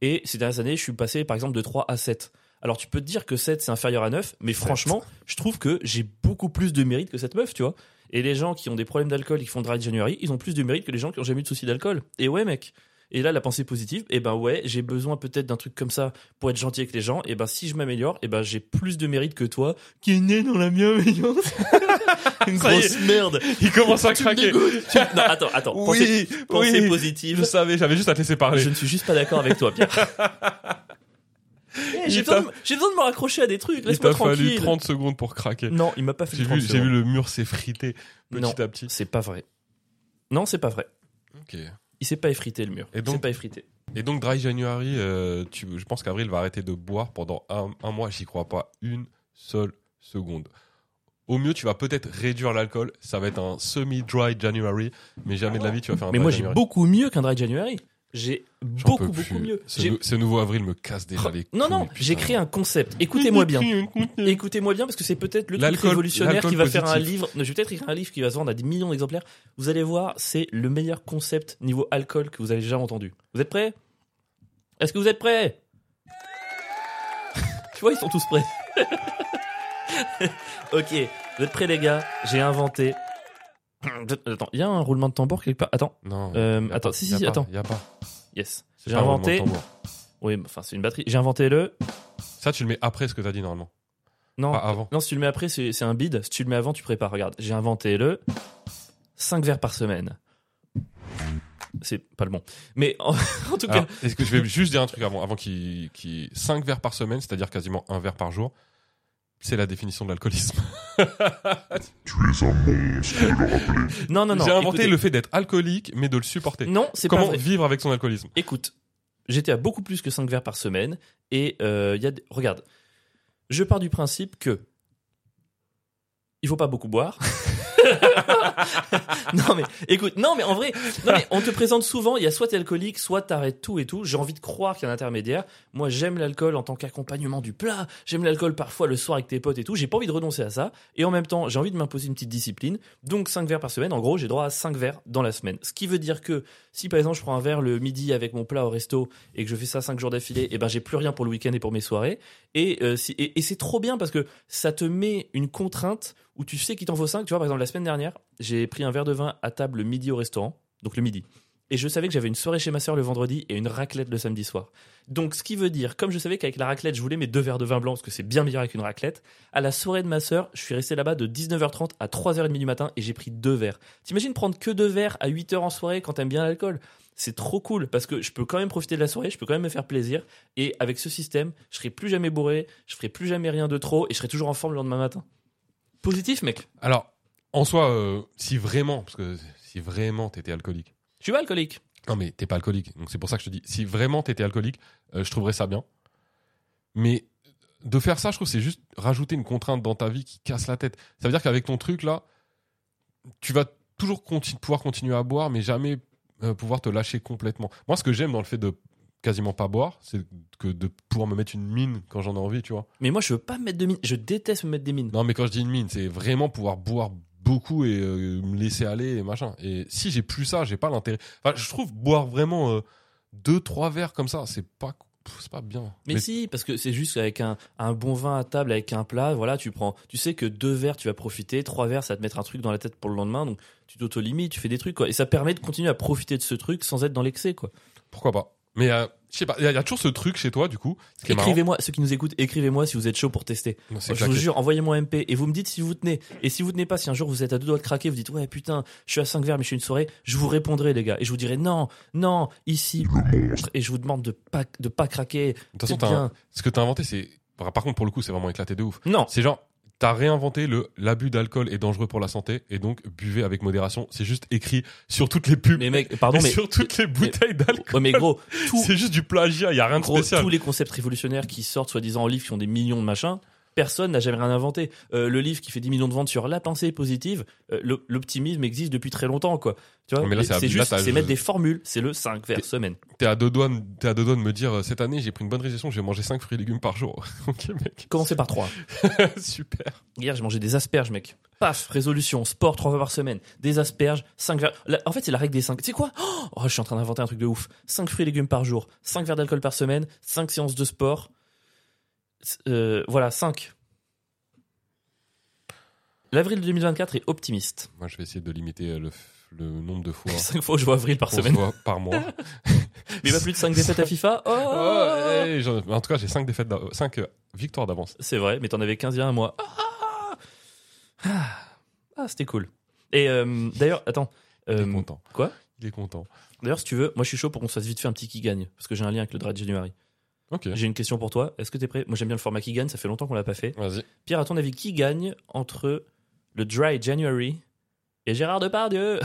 A: Et ces dernières années, je suis passé, par exemple, de 3 à 7. Alors, tu peux te dire que 7, c'est inférieur à 9, mais franchement, je trouve que j'ai beaucoup plus de mérite que cette meuf, tu vois. Et les gens qui ont des problèmes d'alcool et qui font dry January, ils ont plus de mérite que les gens qui ont jamais eu de soucis d'alcool. Et ouais, mec. Et là, la pensée positive, eh ben ouais, j'ai besoin peut-être d'un truc comme ça pour être gentil avec les gens. Et ben si je m'améliore, eh ben j'ai plus de mérite que toi qui est né dans la bienveillance. Une
B: Ça y est.
A: grosse merde.
B: Il commence à
A: Tu me
B: craquer.
A: dégoûtes. Tu- Non, attends, attends. Pensée-
B: Oui,
A: pensée
B: oui. Je
A: positive.
B: savais, j'avais juste à te laisser parler.
A: Je ne suis juste pas d'accord avec toi, Pierre. Eh,
B: Il
A: j'ai, besoin
B: t'a-
A: de, j'ai besoin de me raccrocher à des trucs.
B: Il
A: Laisse-moi
B: t'a fallu
A: tranquille.
B: 30 secondes pour craquer.
A: Non, il m'a pas fait
B: J'ai
A: 30
B: vu, j'ai
A: secondes.
B: vu le mur s'effriter petit
A: Non,
B: à petit.
A: c'est pas vrai. Non, c'est pas vrai. Il s'est pas effrité le mur.
B: Et donc-
A: il s'est pas effrité.
B: Et donc, Dry January, euh, tu- je pense qu'Avril va arrêter de boire pendant un, un mois. J'y crois pas une seule seconde. Au mieux, tu vas peut-être réduire l'alcool. Ça va être un semi-dry January, mais jamais de la vie, tu vas faire un
A: Mais
B: dry
A: moi, j'ai
B: Ah bah, January.
A: beaucoup mieux qu'un dry January. J'ai
B: J'en
A: beaucoup,
B: peux
A: beaucoup
B: plus.
A: mieux.
B: Ce,
A: J'ai- Oh,
B: nou- ce nouveau avril me casse déjà les
A: Non, non, j'ai créé un concept. Écoutez-moi bien.
B: Mm.
A: Écoutez-moi bien parce que c'est peut-être le truc
B: L'alcool-
A: révolutionnaire qui va
B: l'alcool
A: faire un
B: positif.
A: livre. Je vais peut-être écrire un livre qui va se vendre à des millions d'exemplaires. Vous allez voir, c'est le meilleur concept niveau alcool que vous avez déjà entendu. Vous êtes prêts Est-ce que vous êtes prêts Tu vois, ils sont tous prêts. ok, vous êtes prêts les gars J'ai inventé. Attends, il y a un roulement de tambour quelque part. Attends,
B: Non.
A: euh,
B: y a
A: attends,
B: pas,
A: si,
B: y
A: si,
B: a
A: si,
B: pas,
A: attends.
B: y a pas.
A: Yes,
B: C'est
A: j'ai
B: pas un roulement de
A: inventé.
B: tambour.
A: Oui, mais enfin c'est une batterie. J'ai inventé le.
B: Ça, tu le mets après ce que t'as dit normalement.
A: Non,
B: Pas avant.
A: Non, si tu le mets après, c'est c'est un bide. Si tu le mets avant, tu prépares. Regarde, j'ai inventé le 5 verres par semaine. C'est pas le bon. Mais en, en tout
B: Alors,
A: cas,
B: Est-ce que je vais juste dire un truc avant, avant qu'il, 5 verres par semaine, c'est-à-dire quasiment un verre par jour, c'est la définition de l'alcoolisme.
A: non, non, non.
B: J'ai inventé
A: écoutez.
B: le fait d'être alcoolique, mais de le supporter.
A: Non, c'est pas
B: Comment
A: vrai.
B: vivre avec son alcoolisme
A: Écoute, j'étais à beaucoup plus que 5 verres par semaine. Et euh, il y a. des- Regarde, je pars du principe que. Il faut pas beaucoup boire. non mais écoute, non mais en vrai, non, mais on te présente souvent, il y a soit t'es alcoolique, soit t'arrêtes tout et tout. J'ai envie de croire qu'il y a un intermédiaire. Moi j'aime l'alcool en tant qu'accompagnement du plat, j'aime l'alcool parfois le soir avec tes potes et tout. J'ai pas envie de renoncer à ça. Et en même temps, j'ai envie de m'imposer une petite discipline. Donc 5 verres par semaine, en gros j'ai droit à 5 verres dans la semaine. Ce qui veut dire que si par exemple je prends un verre le midi avec mon plat au resto et que je fais ça 5 jours d'affilée, et ben j'ai plus rien pour le week-end et pour mes soirées. Et, euh, si- et, et c'est trop bien parce que ça te met une contrainte où tu sais qu'il t'en faut 5. Tu vois, par exemple, la semaine dernière, j'ai pris un verre de vin à table le midi au restaurant, donc le midi. Et je savais que j'avais une soirée chez ma soeur le vendredi et une raclette le samedi soir. Donc, ce qui veut dire, comme je savais qu'avec la raclette, je voulais mes deux verres de vin blanc parce que c'est bien meilleur avec une raclette, à la soirée de ma soeur, je suis resté là-bas de 19h30 à 3h30 du matin et j'ai pris deux verres. T'imagines prendre que deux verres à 8h en soirée quand t'aimes bien l'alcool c'est trop cool parce que je peux quand même profiter de la soirée, je peux quand même me faire plaisir. Et avec ce système, je serai plus jamais bourré, je ferai plus jamais rien de trop et je serai toujours en forme le lendemain matin. Positif, mec.
B: Alors, en soi, euh, si vraiment, parce que si vraiment t'étais alcoolique,
A: Je suis pas alcoolique.
B: non mais t'es pas alcoolique, donc c'est pour ça que je te dis, si vraiment t'étais alcoolique, euh, je trouverais ça bien. Mais de faire ça, je trouve, que c'est juste rajouter une contrainte dans ta vie qui casse la tête. Ça veut dire qu'avec ton truc là, tu vas toujours conti- pouvoir continuer à boire, mais jamais euh, pouvoir te lâcher complètement. Moi, ce que j'aime dans le fait de quasiment pas boire, c'est que de pouvoir me mettre une mine quand j'en ai envie, tu vois.
A: Mais moi, je veux pas me mettre de mine. Je déteste me mettre des mines.
B: Non, mais quand je dis une mine, c'est vraiment pouvoir boire beaucoup et euh, me laisser aller et machin. Et si j'ai plus ça, j'ai pas l'intérêt. Enfin, je trouve boire vraiment euh, deux, trois verres comme ça, c'est pas, pff, c'est pas bien.
A: Mais, si, parce que c'est juste avec un, un bon vin à table, avec un plat, voilà, tu prends. Tu sais que deux verres, tu vas profiter, trois verres, ça va te mettre un truc dans la tête pour le lendemain, donc tu t'auto-limites, tu fais des trucs, quoi. Et ça permet de continuer à profiter de ce truc sans être dans l'excès, quoi.
B: pourquoi pas Mais euh, je sais pas, il y, a- il y a toujours ce truc chez toi, du coup. Ce qui est marrant.
A: Écrivez-moi, ceux qui nous écoutent, écrivez-moi si vous êtes chaud pour tester.
B: Non, c'est
A: Je vous
B: claqué.
A: jure, envoyez-moi un MP et vous me dites si vous tenez. Et si vous tenez pas, si un jour vous êtes à deux doigts de craquer, vous dites ouais putain, je suis à 5 verres mais je suis une soirée, je vous répondrai les gars. Et je vous dirai non, non, ici, et je vous demande de pas, de pas craquer.
B: De toute façon,
A: C'est
B: t'as
A: bien.
B: un- ce que t'as inventé, c'est. Par par contre, pour le coup, c'est vraiment éclaté de ouf.
A: Non,
B: C'est genre, t'as réinventé le l'abus d'alcool est dangereux pour la santé et donc buvez avec modération. C'est juste écrit sur toutes les pubs.
A: mais
B: et
A: mec, pardon, mais,
B: sur toutes les bouteilles d'alcool.
A: Ouais, mais gros, tout,
B: C'est juste du plagiat, il y a rien de
A: gros,
B: spécial.
A: tous les concepts révolutionnaires qui sortent soi-disant en livre qui ont des millions de machins, personne n'a jamais rien inventé. Euh, le livre qui fait 10 millions de ventes sur la pensée positive, euh, le- l'optimisme existe depuis très longtemps, quoi. Tu vois,
B: Mais là, c'est-
A: c'est
B: là,
A: juste,
B: t'as-
A: c'est mettre des formules, c'est le 5 vers semaine.
B: T'es à deux doigts, de- t'es à deux doigts de me dire euh, cette année j'ai pris une bonne résolution, je vais manger 5 fruits et légumes par jour. ok mec,
A: Commencez par 3.
B: super.
A: Hier, j'ai mangé des asperges, mec. Paf, résolution, sport trois fois par semaine, des asperges, 5 verres. La- En fait, c'est la règle des 5. Tu sais quoi oh, oh, je suis en train d'inventer un truc de ouf. 5 fruits et légumes par jour, 5 verres d'alcool par semaine, 5 séances de sport. S- euh, voilà, 5. L'avril 2024 est optimiste.
B: Moi je vais essayer de limiter euh, le, f- le nombre de fois
A: 5 fois, je vois avril par
B: qu'on
A: semaine.
B: se voit par mois.
A: Mais pas plus de 5 défaites à FIFA. Oh,
B: Oh, hey, j'en- en tout cas j'ai 5 défaites, d'av- cinq, euh, victoires d'avance.
A: C'est vrai, mais t'en avais 15 il y a un mois. Ah, Ah. Ah, c'était cool. Et euh, d'ailleurs, attends.
B: Il est
A: euh,
B: content.
A: quoi
B: Il est content.
A: D'ailleurs, si tu veux, moi je suis chaud pour qu'on se fasse vite fait un petit qui gagne, parce que j'ai un lien avec le Dry January.
B: Ok,
A: J'ai une question pour toi. Est-ce que t'es prêt Moi j'aime bien le format qui gagne, ça fait longtemps qu'on l'a pas fait.
B: vas-y.
A: Pierre, à ton avis, qui gagne entre le Dry January et Gérard Depardieu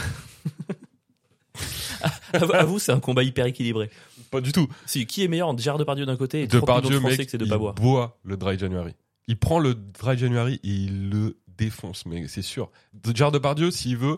A: à, à vous, c'est un combat hyper équilibré.
B: Pas du tout.
A: Si, qui est meilleur entre Gérard Depardieu d'un côté et trop peu d'autres
B: Depardieu
A: Français
B: mec,
A: que c'est de
B: il
A: pas boire
B: boit le Dry January. Il prend le Dry January et il le défonce, mais c'est sûr. Gérard Depardieu, s'il veut,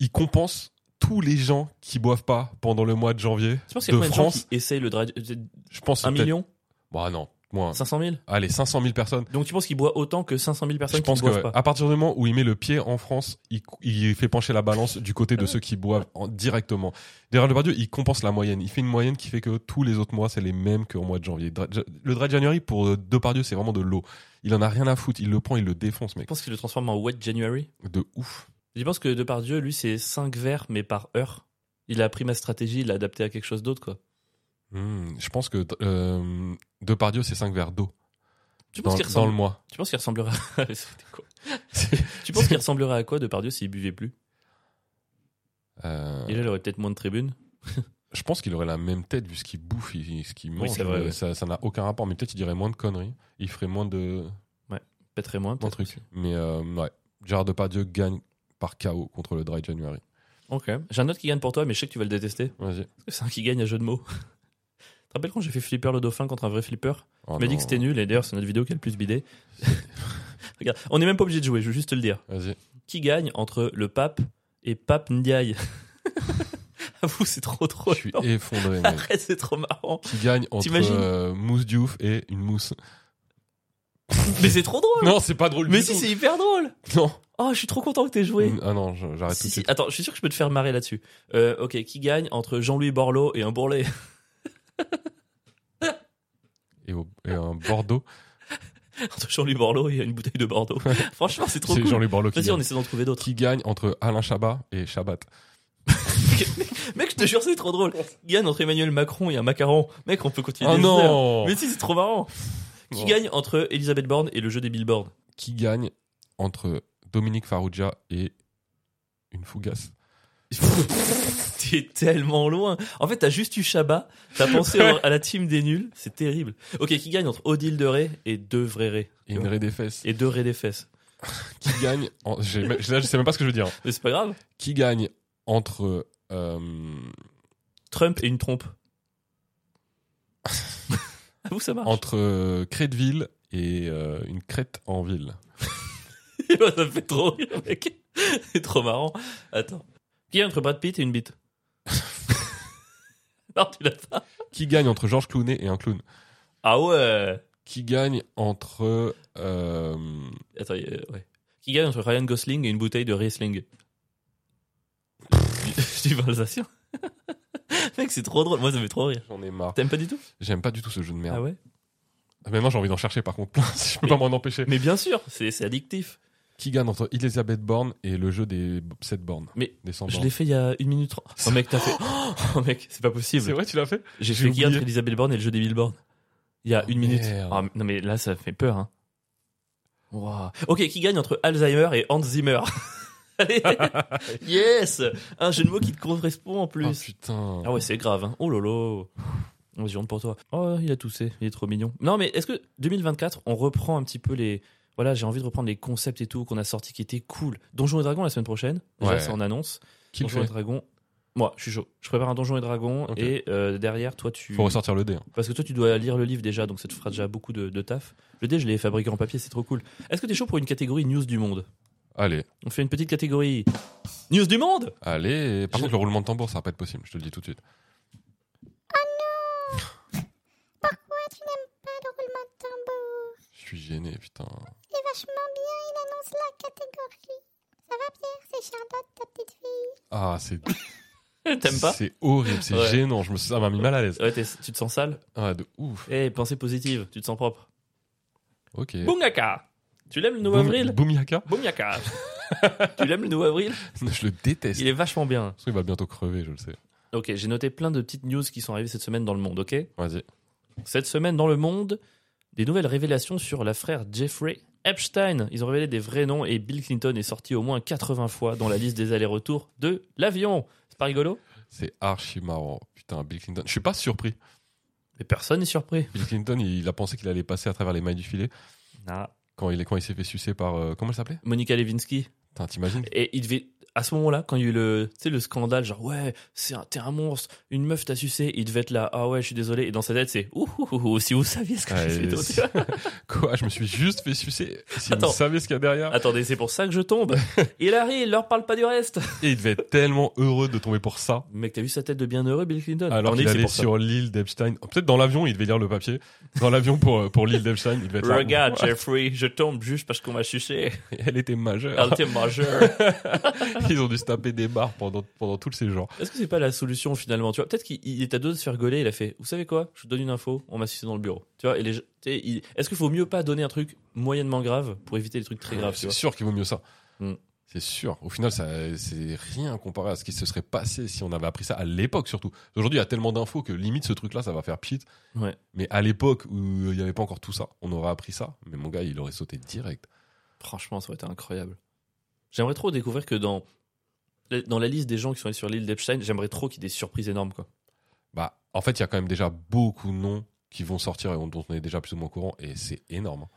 B: il compense tous les gens qui boivent pas pendant le mois de janvier
A: Tu penses qu'il y a
B: de
A: combien de gens qui
B: France.
A: essayent le dry... euh,
B: Je pense
A: 1
B: peut-être-
A: million
B: Bah non, moins.
A: 500 000
B: Allez, 500 000 personnes.
A: Donc tu penses qu'il boit autant que 500 000 personnes
B: Je pense
A: qui
B: que
A: ne boivent
B: ouais.
A: pas
B: à partir du moment où il met le pied en France, il, cou- il fait pencher la balance du côté de ceux qui boivent en- directement. Derrière le Depardieu, il compense la moyenne. Il fait une moyenne qui fait que tous les autres mois, c'est les mêmes qu'au mois de janvier. Dra- Ja- Le Dry January pour euh, Depardieu, c'est vraiment de l'eau. Il en a rien à foutre. Il le prend, il le défonce,
A: Je
B: mec.
A: pense qu'il le transforme en wet January.
B: De ouf.
A: Je pense que Depardieu, lui, c'est 5 verres, mais par heure. Il a pris ma stratégie, il l'a adapté à quelque chose d'autre, quoi.
B: Hmm, je pense que euh, Depardieu, c'est 5 verres d'eau
A: Tu
B: dans,
A: penses qu'il
B: dans le
A: ressemble...
B: mois.
A: Tu penses qu'il ressemblera à... C'était quoi tu penses qu'il ressemblerait à quoi Depardieu s'il buvait plus
B: Euh,
A: Déjà, il aurait peut-être moins de tribunes.
B: Je pense qu'il aurait la même tête vu ce qu'il bouffe, il- ce qu'il mange.
A: c'est vrai,
B: Euh,
A: ouais.
B: Ça ça n'a aucun rapport, mais peut-être il dirait moins de conneries. Il ferait moins de,
A: Pèterait moins,
B: moins de
A: peut-être.
B: trucs. Mais euh, ouais, Gérard Depardieu gagne par KO contre le Dry January.
A: Ok. J'ai un autre qui gagne pour toi, mais je sais que tu vas le détester.
B: Vas-y.
A: Parce que c'est un qui gagne à jeu de mots. Tu te rappelles quand j'ai fait Flipper le dauphin contre un vrai flipper
B: Oh
A: Tu m'as dit
B: non.
A: que c'était nul, et d'ailleurs, c'est notre vidéo qui a le plus bidé. Regarde, on n'est même pas obligé de jouer, je veux juste te le dire.
B: Vas-y.
A: Qui gagne entre le pape et pape Ndiaye À vous, c'est trop
B: Je
A: drôle.
B: suis
A: non
B: effondré. mec.
A: Arrête, c'est trop marrant.
B: Qui gagne entre
A: T'imagines
B: euh, mousse Diouf et une mousse.
A: Mais c'est trop drôle.
B: Non, c'est pas drôle.
A: mais
B: du
A: si,
B: tout.
A: c'est hyper drôle.
B: Non.
A: Oh, je suis trop content que t'aies joué.
B: Ah non, je- j'arrête
A: Si,
B: tout
A: si.
B: de suite.
A: Attends, je suis sûr que je peux te faire marrer là-dessus. Euh, ok, qui gagne entre Jean-Louis Borloo et un Bourlet
B: Et, au- et un Bordeaux.
A: Entre Jean-Louis Borloo et une bouteille de Bordeaux. Franchement, c'est trop
B: C'est
A: cool.
B: Jean-Louis Borloo qui
A: Vas-y, on
B: gagne.
A: essaie d'en trouver d'autres.
B: Qui gagne entre Alain Chabat et Chabat.
A: Mec, je te jure, c'est trop drôle. Qui gagne entre Emmanuel Macron et un macaron Mec, on peut continuer.
B: Oh
A: des heures.
B: non
A: Mais si, c'est trop marrant. Qui
B: Oh.
A: gagne entre Elisabeth Borne et le jeu des billboards
B: qui gagne entre Dominique Farrugia et une fougasse.
A: T'es tellement loin. En fait, t'as juste eu Chabat, t'as pensé au- à la team des nuls, c'est terrible. Ok, qui gagne entre Odile de Ré et deux vrais Ré
B: Et une raie des fesses.
A: Et deux Ré des fesses.
B: Qui gagne en- j'ai- là, je sais même pas ce que je veux dire. hein.
A: Mais c'est pas grave.
B: Qui gagne entre euh,
A: Trump et une trompe. Ah, Vous, ça marche.
B: entre euh, Créteville et euh, une crête en ville.
A: ça me fait trop rire, mec. C'est trop marrant. Attends. Qui est entre Brad Pitt et une bite Non, tu l'as pas.
B: Qui gagne entre Georges Clooney et un clown.
A: Ah ouais.
B: Qui gagne entre euh,
A: Attends, y a- euh, ouais. Qui gagne entre Ryan Gosling et une bouteille de Riesling Du du vin alsacien Mec, c'est trop drôle. Moi, ça me fait trop rire.
B: J'en ai marre.
A: T'aimes pas du tout
B: J'aime pas du tout ce jeu de merde.
A: Ah ouais
B: Maintenant j'ai envie d'en chercher par contre plein. je peux
A: Mais-
B: pas m'en empêcher.
A: Mais bien sûr, c'est c'est addictif.
B: Qui gagne entre Elisabeth Borne et le jeu des 7 bornes.
A: Mais
B: Des 100
A: Je
B: bornes.
A: l'ai fait il y a une minute trente. Oh mec, t'as fait. Oh mec, c'est pas possible.
B: C'est vrai, tu l'as fait
A: J'ai
B: J'ai
A: fait qui entre
B: oublié.
A: Elisabeth Borne et le jeu des billboards Il y a
B: Oh,
A: une minute.
B: merde.
A: Ah, non mais là ça fait peur. Hein. Wow. Ok, qui gagne entre Alzheimer et Hans Zimmer Allez. Yes Un jeu de mots qui te correspond en
B: Ah,
A: plus.
B: putain.
A: Ah ouais c'est grave. Hein. Oh lolo On se pour toi. Oh il a toussé, il est trop mignon. Non mais est-ce que 2024 on reprend un petit peu les... Voilà j'ai envie de reprendre les concepts et tout qu'on a sorti qui étaient cool. Donjons et Dragons la semaine prochaine. Déjà
B: Ouais.
A: ça on annonce.
B: Qui le
A: Donjons
B: fait
A: et Dragons. Moi, je suis chaud. Je prépare un donjon et dragon
B: Ok.
A: et euh, derrière, toi, tu.
B: Faut ressortir le dé. hein.
A: Parce que toi, tu dois lire le livre déjà, donc ça te fera déjà beaucoup de, de taf. Le dé, je l'ai fabriqué en papier, c'est trop cool. Est-ce que t'es chaud pour une catégorie news du monde
B: Allez,
A: On fait une petite catégorie news du monde
B: allez. Par
A: Je-
B: contre, le roulement de tambour, ça va pas être possible. Je te le dis tout de suite.
C: Oh Pourquoi tu n'aimes pas le roulement de tambour
B: Je suis gêné, putain.
C: Il est vachement bien, il annonce la catégorie. Ça va Pierre, c'est Charlotte, ta petite fille.
B: Ah, c'est.
A: T'aimes pas
B: C'est horrible, c'est
A: Ouais.
B: gênant. Je me, ça m'a mis mal à l'aise.
A: Ouais, t'es- tu te sens sale
B: Ah, de ouf.
A: Eh, pensée positive, tu te sens propre.
B: Ok.
A: Boumyaka Tu l'aimes le 9
B: Boum-
A: avril
B: Boumiaka
A: Boumyaka Tu l'aimes le 9 avril
B: Je le déteste.
A: Il est vachement bien.
B: Parce qu'il va bientôt crever, je le sais.
A: Ok, j'ai noté plein de petites news qui sont arrivées cette semaine dans le monde, ok
B: Vas-y.
A: Cette semaine dans le monde, des nouvelles révélations sur la frère Jeffrey Epstein. Ils ont révélé des vrais noms et Bill Clinton est sorti au moins 80 fois dans la liste des allers-retours de l'avion. C'est pas rigolo
B: C'est archi marrant. Putain, Bill Clinton. Je suis pas surpris.
A: Mais personne n'est surpris.
B: Bill Clinton, il a pensé qu'il allait passer à travers les mailles du filet quand il, est- quand il s'est fait sucer par. euh, comment elle s'appelait
A: Ah. Monica Lewinsky.
B: Putain, t'imagines
A: Et il devait à ce moment-là, quand il y a eu le, tu sais, le scandale, genre ouais, c'est un, t'es un monstre, une meuf t'a sucé, il devait être là, ah ouais, je suis désolé, et dans sa tête, c'est ouh, ouh, ouh, ouh, si vous saviez ce que j'ai fait
B: Ouais, euh,
A: d'autre.
B: c'est- Quoi Je me suis juste fait sucer. Si
A: Attends.
B: vous savez ce qu'il y a derrière.
A: Attendez, c'est pour ça que je tombe. il arrive, il leur parle pas du reste.
B: Et il devait être tellement heureux de tomber pour ça.
A: Mec, t'as vu sa tête de bienheureux, Bill Clinton
B: Alors
A: On
B: qu'il
A: est que c'est
B: allait
A: pour ça.
B: sur l'île d'Epstein. Oh, Peut-être dans l'avion, il devait lire le papier. Dans l'avion pour, euh, pour l'île d'Epstein, il devait être là.
A: Regarde, Jeffrey, je tombe juste parce qu'on m'a sucé.
B: Elle était majeure.
A: Ultime majeur.
B: Ils ont dû se taper des barres pendant, pendant tout le séjour.
A: Est-ce que c'est pas la solution finalement Tu vois, peut-être qu'il il est à deux de se faire gauler. Il a fait, vous savez quoi Je vous donne une info. On m'a sucé dans le bureau. Tu vois Et les, gens- tu sais, il- est-ce qu'il faut mieux pas donner un truc moyennement grave pour éviter les trucs très graves tu
B: C'est
A: vois
B: sûr qu'il vaut mieux ça.
A: Mm.
B: C'est sûr. Au final, ça, c'est rien comparé à ce qui se serait passé si on avait appris ça à l'époque surtout. Aujourd'hui, il y a tellement d'infos que limite ce truc-là, ça va faire pchit.
A: Ouais.
B: Mais à l'époque où il n'y avait pas encore tout ça, on aurait appris ça. Mais mon gars, il aurait sauté direct.
A: Franchement, ça aurait été incroyable. J'aimerais trop découvrir que dans dans la liste des gens qui sont allés sur l'île d'Epstein, j'aimerais trop qu'il y ait des surprises énormes quoi.
B: Bah, en fait, il y a quand même déjà beaucoup de noms qui vont sortir et on- dont on est déjà plus ou moins au courant. Et c'est énorme. hein.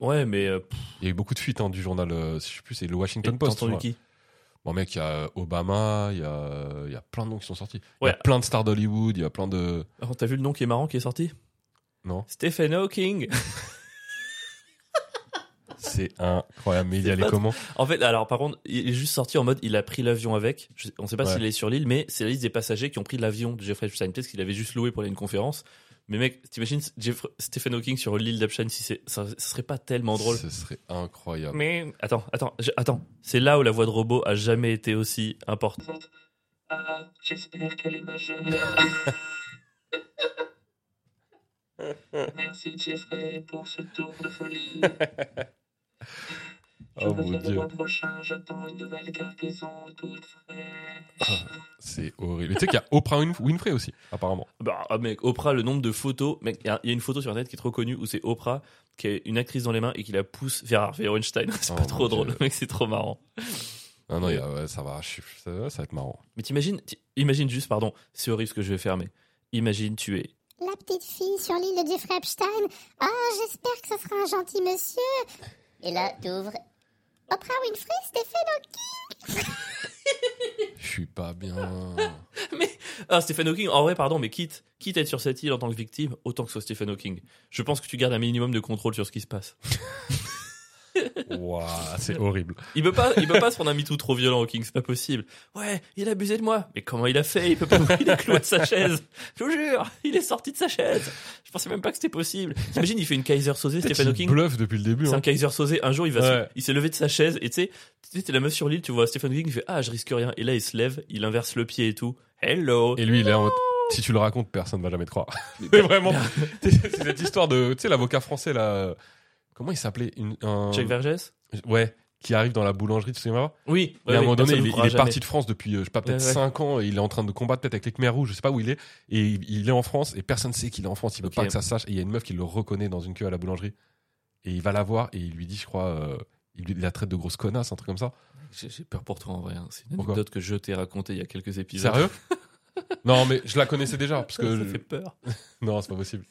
A: Ouais, mais euh, pff,
B: Il y a eu beaucoup de fuites hein, du journal, euh, je sais plus, c'est le Washington
A: t'as
B: Post. je
A: entendu
B: crois.
A: qui
B: Bon, mec, il y a Obama, il y a, il y a plein de noms qui sont sortis. Il y a
A: Ouais.
B: plein de stars d'Hollywood, il y a plein de.
A: Alors, Oh, T'as vu le nom qui est marrant qui est sorti
B: Non.
A: Stephen Hawking.
B: C'est incroyable. Mais il y
A: C'est
B: a les
A: pas-
B: comment
A: En fait, alors par contre, il est juste sorti en mode il a pris l'avion avec. Je- on sait pas
B: Ouais.
A: s'il est sur l'île, mais c'est la liste des passagers qui ont pris l'avion de Jeffrey Epstein. Peut-être qu'il avait juste loué pour aller à une conférence. Mais mec, t'imagines Jeff- Stephen Hawking sur l'île d'Epstein si c'est, ça, ça serait pas tellement drôle.
B: Ce serait incroyable.
A: Mais attends, attends, je- attends. C'est là où la voix de robot a jamais été aussi importante.
D: Ah, j'espère qu'elle est majeure. Merci Jeffrey pour ce tour de folie. Je
B: Oh
D: me
B: mon
D: fais le
B: dieu,
D: mois prochain, j'attends une nouvelle cargaison toute fraîche.
B: c'est horrible. Et tu sais qu'il y a Oprah Winf- Winfrey aussi, apparemment.
A: Bah ah, mec, Oprah, le nombre de photos. Mec, il y, a- il y a une photo sur internet qui est trop connue où c'est Oprah qui a une actrice dans les mains et qui la pousse vers Harvey Weinstein. C'est
B: Oh,
A: pas
B: mon
A: trop
B: Dieu.
A: drôle, mec, c'est trop marrant.
B: Non, non,
A: Mais-
B: il y a- ouais, ça va, je suis- ça, ça va être marrant.
A: Mais t'imagines, ti- imagine juste, pardon, c'est horrible ce que je vais faire, mais imagine tu es.
C: La petite fille sur l'île de Jeffrey Epstein. Ah, j'espère que ce sera un gentil monsieur. Et là, t'ouvres. Oprah Winfrey, Stéphane.
B: Je suis pas bien.
A: Ah, Stephen Hawking, en vrai, pardon, mais quitte, quitte à être sur cette île en tant que victime, autant que ce soit Stephen Hawking. Je pense que tu gardes un minimum de contrôle sur ce qui se passe.
B: Waouh, c'est horrible.
A: Il peut pas, il peut pas se prendre un MeToo trop violent, Hawking, c'est pas possible. Ouais, il a abusé de moi. Mais comment il a fait? Il peut pas il est cloué de sa chaise. Je vous jure, il est sorti de sa chaise. Je pensais même pas que c'était possible. T'imagines, il fait une Kaiser Sosé, Stephen
B: Peut-être qu'il
A: Hawking.
B: bluffe depuis le début.
A: C'est
B: hein.
A: un Kaiser Sosé. Un jour, il va, se-
B: Ouais.
A: il s'est levé de sa chaise et tu sais, tu sais, t'es la meuf sur l'île, tu vois Stephen Hawking, il fait ah je risque rien. Et là, il se lève, il inverse le pied et tout. Hello.
B: Et lui, il est en mode, si tu le racontes, personne va jamais te croire. Mais
A: bah,
B: vraiment, c'est cette histoire de, tu sais, l'avocat français, là, euh, comment il s'appelait Une- un-
A: Jack Vergès.
B: Ouais, qui arrive dans la boulangerie, tu sais pas
A: Oui.
B: Et à un moment donné, il, est- il est parti de France depuis, euh, je sais pas, peut-être
A: Ouais, ouais.
B: 5 ans, et il est en train de combattre peut-être avec les Khmer Rouges, je sais pas où il est, et il, il est en France, et personne sait qu'il est en France, il veut
A: Ok.
B: pas que ça se sache, et il y a une meuf qui le reconnaît dans une queue à la boulangerie, et il va la voir, et il lui dit, je crois, euh, il, lui- il la traite de grosse connasse, un truc comme ça.
A: J'ai j'ai peur pour toi en vrai. hein. C'est une
B: Pourquoi
A: anecdote que je t'ai racontée il y a quelques épisodes.
B: Sérieux Non, mais je la connaissais déjà, parce que...
A: Ça fait peur.
B: Non, c'est pas possible.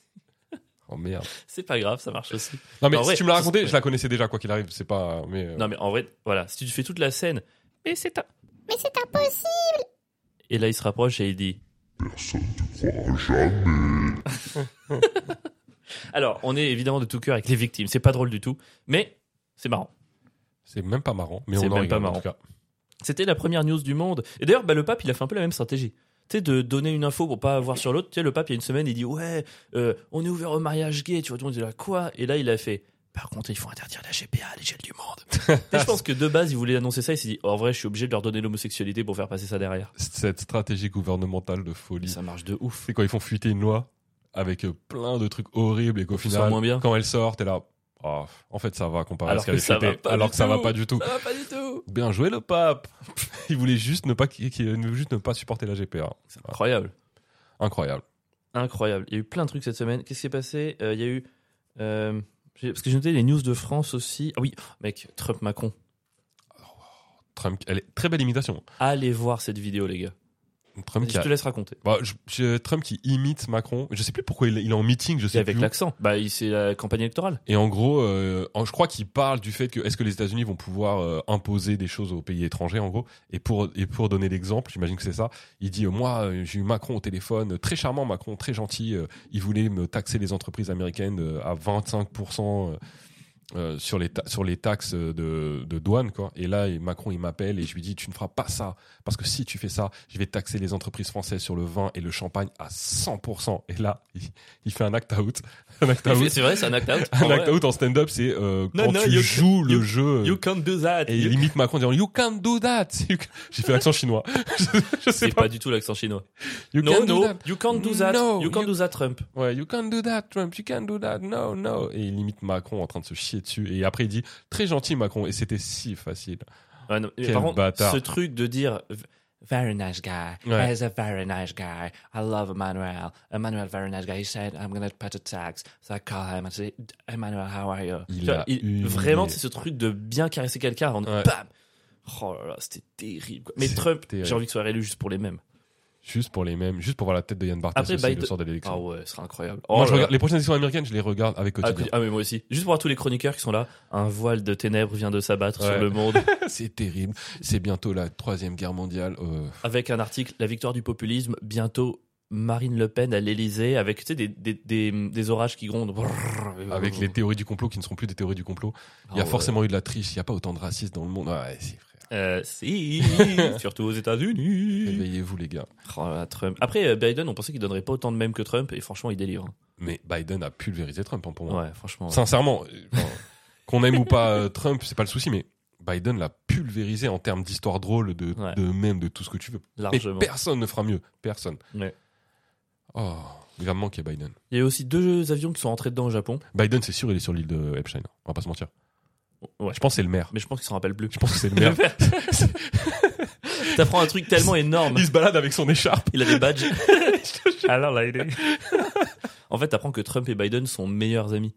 B: Oh merde.
A: C'est pas grave, ça marche aussi.
B: Non, mais
A: En
B: si
A: vrai,
B: tu me l'as
A: ça-
B: raconté, je la connaissais déjà, quoi qu'il arrive, c'est pas. Mais, euh,
A: Non mais en vrai, voilà, si tu fais toute la scène, mais c'est un.
C: Mais c'est impossible.
A: Et là, il se rapproche et il dit. Alors, on est évidemment de tout cœur avec les victimes. C'est pas drôle du tout, mais c'est marrant.
B: c'est même pas marrant, mais on
A: C'est
B: en
A: même
B: rigole,
A: pas
B: en
A: marrant.
B: tout cas.
A: C'était la première news du monde. Et d'ailleurs, bah, le pape, il a fait un peu la même stratégie. Tu sais, de donner une info pour pas avoir sur l'autre. Tu sais, le pape, il y a une semaine, il dit Ouais, euh, on est ouvert au mariage gay. Tu vois, tout le monde dit là, Quoi Et là, il a fait Par contre, il faut interdire la GPA à l'échelle du monde. Et je pense que de base, il voulait annoncer ça. Il s'est dit Oh, En vrai, je suis obligé de leur donner l'homosexualité pour faire passer ça derrière.
B: Cette stratégie gouvernementale de folie.
A: Ça marche de ouf.
B: C'est quand ils font fuiter une loi avec euh, plein de trucs horribles et qu'au
A: Ça
B: final,
A: moins bien.
B: quand elle sort, t'es là. Ah, en fait, ça va comparé
A: Alors
B: à ce qu'elle
A: que ça
B: fuitée.
A: va pas
B: alors
A: du
B: que ça va
A: tout.
B: pas du tout.
A: Ça va pas du tout.
B: Bien joué le pape. Il voulait juste ne pas qu'il- qu'il- juste ne pas supporter la GPA.
A: C'est incroyable.
B: Incroyable.
A: Incroyable. Il y a eu plein de trucs cette semaine. Qu'est-ce qui s'est passé Euh, Il y a eu. euh, j'ai- parce que j'ai noté les news de France aussi. Ah oui, mec, Trump-Macron.
B: Trump, elle est très belle imitation.
A: Allez voir cette vidéo, les gars.
B: Trump qui
A: Je
B: a-
A: te laisse raconter.
B: bah, je- je- Trump qui imite Macron. Je sais plus pourquoi il, il est en meeting, je
A: Et
B: sais
A: avec
B: plus. où.
A: l'accent. Bah, il- c'est la campagne électorale.
B: Et en gros, euh, en- je crois qu'il parle du fait que est-ce que les États-Unis vont pouvoir euh, imposer des choses aux pays étrangers, en gros. Et pour et pour donner l'exemple, j'imagine que c'est ça. Il dit euh, moi, euh, j'ai eu Macron au téléphone, euh, très charmant Macron, très gentil. euh, il voulait me taxer les entreprises américaines euh, à 25 euh, euh, sur les ta- sur les taxes euh, de, de douane quoi. Et là, et Macron il m'appelle et je lui dis tu ne feras pas ça parce que si tu fais ça, je vais taxer les entreprises françaises sur le vin et le champagne à 100 Et là, il, il fait un act out, un act out.
A: C'est vrai, c'est un act-out.
B: Ah Un act-out en stand-up, c'est euh,
A: Non,
B: quand
A: non,
B: tu
A: you
B: joues le
A: you-
B: jeu. euh,
A: You can't do that.
B: et il imite Macron en disant You can't do that. You can- J'ai fait l'accent chinois. je, je sais
A: C'est
B: pas.
A: pas du tout l'accent chinois.
B: You
A: No,
B: can't do
A: no,
B: that.
A: you can't do that.
B: No,
A: you can't
B: you-
A: do that, Trump.
B: Ouais, you can't do that, Trump. You can't do that. No, no. Et il imite Macron en train de se chier dessus. Et après, il dit Très gentil, Macron. Et c'était si facile.
A: Ouais, Ah, non, mais
B: Quel
A: par contre,
B: bâtard.
A: ce truc de dire v- very nice guy,
B: Ouais.
E: He's a very nice guy. I love Emmanuel. Emmanuel, very nice guy. He said, I'm going to put a tax. So I call him and say, Emmanuel, how are you?
B: Il
A: tu vois,
B: a
A: il-
B: humilié.
A: vraiment, c'est ce truc de bien caresser quelqu'un avant de
B: Ouais.
A: bam. Oh là là, c'était terrible. quoi. Mais
B: C'est
A: Trump,
B: terrible.
A: j'ai envie que soit réélu juste pour les mêmes.
B: Juste pour les mêmes, juste pour voir la tête de Yann Barthès
A: Après,
B: aussi,
A: Biden-
B: le soir de
A: Ah
B: l'élection.
A: ouais, ce serait incroyable.
B: Moi,
A: Oh
B: je
A: là
B: regarde,
A: là.
B: les prochaines élections américaines, je les regarde avec
A: Ah,
B: quotidien.
A: ah, mais moi aussi. Juste pour voir tous les chroniqueurs qui sont là, un voile de ténèbres vient de s'abattre
B: Ouais.
A: sur le monde
B: c'est terrible. C'est bientôt la troisième guerre mondiale. Euh,
A: avec un article La victoire du populisme, bientôt Marine Le Pen à l'Elysée, avec tu sais, des, des, des, des orages qui grondent.
B: avec les théories du complot qui ne sont plus des théories du complot. Il y
A: Oh.
B: a
A: Ah ouais.
B: forcément eu de la triche, il n'y a pas autant de racistes dans le monde. Ouais, si, frère.
A: Euh, si, surtout aux États-Unis.
B: Réveillez-vous, les gars.
A: Oh là là, Trump. Après, euh, Biden, on pensait qu'il donnerait pas autant de mèmes que Trump, et franchement, il délivre. hein.
B: Mais Biden a pulvérisé Trump, hein, pour moi.
A: Ouais, franchement. ouais.
B: Sincèrement, euh, enfin, qu'on aime ou pas euh, Trump, c'est pas le souci, mais Biden l'a pulvérisé en termes d'histoire drôle, de,
A: Ouais.
B: de même, de tout ce que tu veux. Mais
A: Largement.
B: personne ne fera mieux. Personne.
A: Ouais.
B: Oh, il va me manquer Biden.
A: Il y a eu aussi deux avions qui sont rentrés dedans au Japon.
B: Biden, c'est sûr, il est sur l'île de Epstein. On va pas se mentir.
A: Ouais.
B: Je pense que c'est le maire.
A: Mais je pense qu'ils s'en rappellent plus.
B: Je pense que c'est le maire.
A: T'apprends un truc tellement énorme.
B: il se balade avec son écharpe.
A: Il a des badges. Alors là, il est. en fait, t'apprends que Trump et Biden sont meilleurs amis.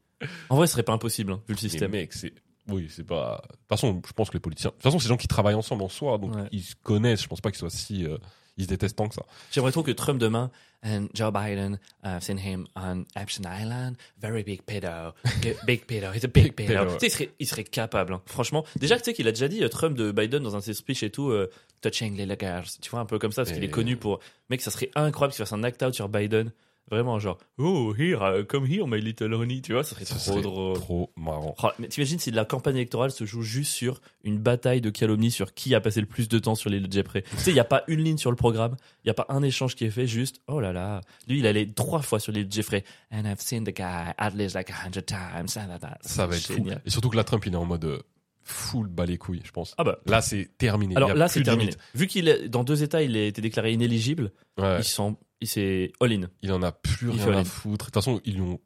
A: En vrai, ce serait pas impossible, hein, vu le
B: Mais
A: système.
B: mec, c'est. Oui, c'est pas. De toute façon, je pense que les politiciens. De toute façon, c'est des gens qui travaillent ensemble en soi, donc
A: Ouais.
B: ils se connaissent. Je pense pas qu'ils soient si. euh, Ils se détestent tant que ça.
A: J'aimerais trop que Trump demain.
E: And Joe Biden, I've seen him on Epstein Island. Very big pedo. G- big pedo. He's a big,
B: Big
E: pedo.
B: pedo. Ouais.
A: Tu sais, il serait, il serait capable, hein. franchement. Déjà, tu sais qu'il a déjà dit euh, Trump de Biden dans un de ses speeches et tout, euh, touching little girls. Tu vois, un peu comme ça, parce qu'il
B: Et-
A: est connu pour. Mec, ça serait incroyable qu'il fasse un act-out sur Biden. Vraiment, genre, oh, here, uh, come here, my little honey. Tu vois, ça serait
B: Ça
A: trop
B: serait
A: drôle.
B: Trop marrant.
A: Oh, mais t'imagines si la campagne électorale se joue juste sur une bataille de calomnie sur qui a passé le plus de temps sur l'île de Jeffrey. tu sais, il n'y a pas une ligne sur le programme, il n'y a pas un échange qui est fait, juste, oh là là, lui il allait trois fois sur l'île de Jeffrey.
E: And I've seen the guy at least like a hundred times. And that-
B: Ça va être fou.
A: Génial.
B: Et surtout que la Trump, il est en mode euh, full bas les couilles, je pense.
A: Ah bah.
B: Là, c'est terminé. Il
A: Alors
B: y a
A: là,
B: plus
A: c'est
B: de
A: terminé.
B: limite.
A: Vu qu'il est, dans deux états, il a été déclaré inéligible,
B: Ouais,
A: il s'en- il s'est all-in.
B: il en a plus
A: Il fait
B: rien à
A: aller.
B: foutre. De toute façon, ils lui ont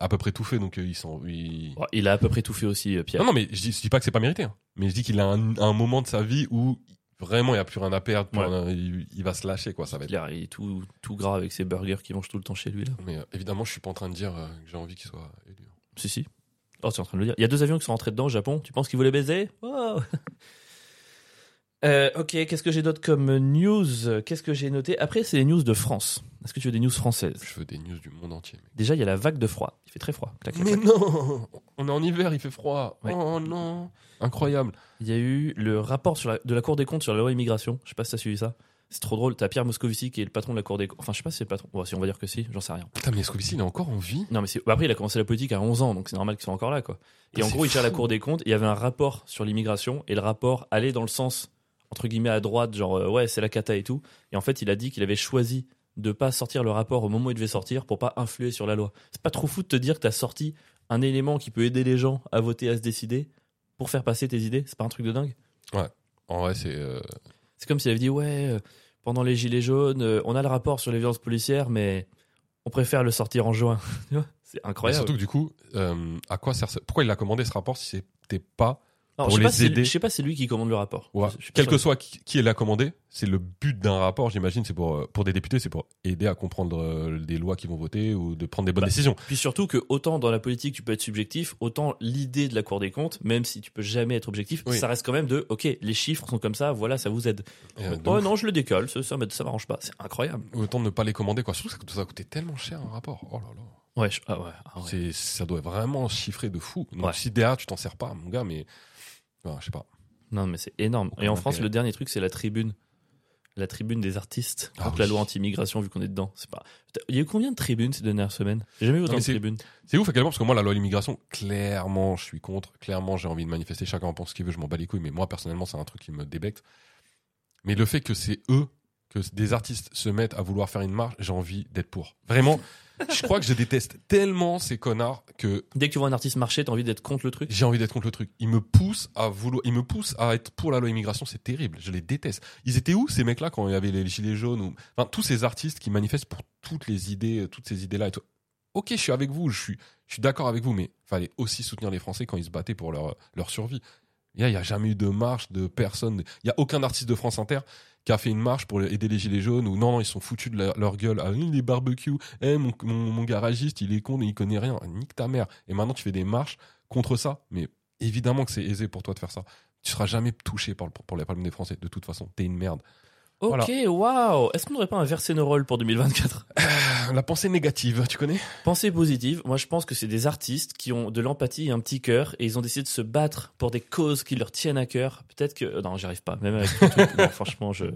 B: à peu près tout fait, donc euh, ils sont. ils-
A: Oh, Il a à peu près tout fait aussi, euh, Pierre.
B: Non, non, mais je dis, je dis pas que c'est pas mérité. hein. Mais je dis qu'il a un, un moment de sa vie où vraiment il n'y a plus rien à perdre. plus
A: Ouais.
B: rien à- il, il va se lâcher, quoi. Ça va être
A: Il a- il est tout, tout gras avec ses burgers qu'il mange tout le temps chez lui. Là.
B: Mais euh, évidemment, je suis pas en train de dire euh, que j'ai envie qu'il soit élu.
A: Si, si. Oh, tu es en train de le dire. Il y a deux avions qui sont rentrés dedans au Japon. Tu penses qu'ils voulaient baiser Wow. Euh, Ok, qu'est-ce que j'ai d'autre comme news Qu'est-ce que j'ai noté Après, c'est les news de France. Est-ce que tu veux des news françaises
B: Je veux des news du monde entier. mec.
A: Déjà, il y a la vague de froid. Il fait très froid. Clac, clac,
B: Mais
A: clac.
B: non On est en hiver, il fait froid.
A: Ouais.
B: Oh non Incroyable.
A: Il y a eu le rapport sur la- de la Cour des comptes sur la loi immigration. Je sais pas si t'as suivi ça. C'est trop drôle. T'as Pierre Moscovici qui est le patron de la Cour des comptes. Enfin, je sais pas si c'est le patron. Bon, si on va dire que si, j'en sais rien.
B: Putain, mais Scovici, il est encore en vie
A: Non, mais c'est- bah, après, il a commencé la politique à 11 ans, donc c'est normal qu'ils soient encore là, quoi. Et
B: Ah,
A: en
B: c'est
A: gros, il gère la
B: fou.
A: Cour des comptes. Il y avait un rapport sur l'immigration, et le rapport allait dans le sens, entre guillemets, à droite, genre, euh, ouais, c'est la cata et tout. Et en fait, il a dit qu'il avait choisi de pas sortir le rapport au moment où il devait sortir pour pas influer sur la loi. C'est pas trop fou de te dire que t'as sorti un élément qui peut aider les gens à voter, à se décider, pour faire passer tes idées. C'est pas un truc de dingue
B: En vrai, c'est. euh,
A: C'est comme s'il avait dit, ouais, euh, pendant les gilets jaunes, euh, on a le rapport sur les violences policières, mais on préfère le sortir en juin. Tu vois c'est
B: mais
A: incroyable.
B: Surtout que du coup, euh, à quoi sert. ce- Pourquoi il a commandé ce rapport si c'était pas
A: Non,
B: Pour
A: je sais pas
B: les
A: si-
B: aider.
A: Je sais pas si c'est lui qui commande le rapport.
B: Ouais.
A: Je- je suis pas
B: Quel que
A: sûr.
B: soit qui, qui est l'a commandé, c'est le but d'un rapport, j'imagine, c'est pour, euh, pour des députés, c'est pour aider à comprendre euh, des lois qui vont voter ou de prendre des bonnes
A: Bah,
B: décisions.
A: Puis surtout que autant dans la politique tu peux être subjectif, autant l'idée de la Cour des comptes, même si tu peux jamais être objectif,
B: Oui.
A: ça reste quand même de OK, les chiffres sont comme ça, voilà, ça vous aide.
B: Euh,
A: oh
B: donc,
A: non, je le décolle, ça, ça, m'aide- ça m'arrange pas, c'est incroyable.
B: Autant ne pas les commander, quoi. Surtout que ça coûte- ça coûtait tellement cher un rapport. Oh là là.
A: Ouais, je- ah ouais, ah ouais.
B: C'est- Ça doit vraiment chiffrer de fou. Donc
A: Ouais.
B: si derrière tu t'en sers pas, mon gars, mais. Ah, je sais pas.
A: Non, mais c'est énorme. Et
B: Aucun
A: en France,
B: intérêt.
A: le dernier truc, c'est la tribune. La tribune des artistes
B: Ah
A: contre
B: oui.
A: la loi anti-immigration, vu qu'on est dedans. C'est pas... Putain, Il y a eu combien de tribunes ces dernières semaines J'ai jamais vu autant
B: mais
A: de
B: c'est-
A: tribunes.
B: C'est ouf à quel point, parce que moi, la loi immigration, clairement, je suis contre. Clairement, j'ai envie de manifester. Chacun en pense ce qu'il veut, je m'en bats les couilles. Mais moi, personnellement, c'est un truc qui me débecte. Mais le fait que c'est eux, que des artistes se mettent à vouloir faire une marche, j'ai envie d'être pour. Vraiment, je crois que je déteste tellement ces connards que
A: Dès que tu vois un artiste marcher, t'as envie d'être contre le truc
B: j'ai envie d'être contre le truc. Ils me poussent à vouloir, ils me poussent à être pour la loi immigration. C'est terrible. Je les déteste. Ils étaient où ces mecs-là quand il y avait les gilets jaunes ou enfin tous ces artistes qui manifestent pour toutes les idées, euh, toutes ces idées-là et tout. Ok, je suis avec vous. Je suis, je suis d'accord avec vous, mais fallait aussi soutenir les Français quand ils se battaient pour leur leur survie. Il y a- il y a jamais eu de marche de personne. Il y a aucun artiste de France Inter qui a fait une marche pour aider les gilets jaunes ou non, ils sont foutus de leur, leur gueule. Ah, les barbecues. Eh, mon, mon, mon garagiste, il est con, il connaît rien. Nique ta mère. Et maintenant, tu fais des marches contre ça. Mais évidemment que c'est aisé pour toi de faire ça. Tu seras jamais touché par le, pour les problèmes des Français. De toute façon, t'es une merde. Voilà.
A: Ok, waouh Est-ce qu'on n'aurait pas inversé nos rôles pour 2024
B: La pensée négative, tu connais
A: Pensée positive, moi je pense que c'est des artistes qui ont de l'empathie et un petit cœur et ils ont décidé de se battre pour des causes qui leur tiennent à cœur. Peut-être que. euh, Non, j'y arrive pas. Même avec tout le truc, non, franchement, je.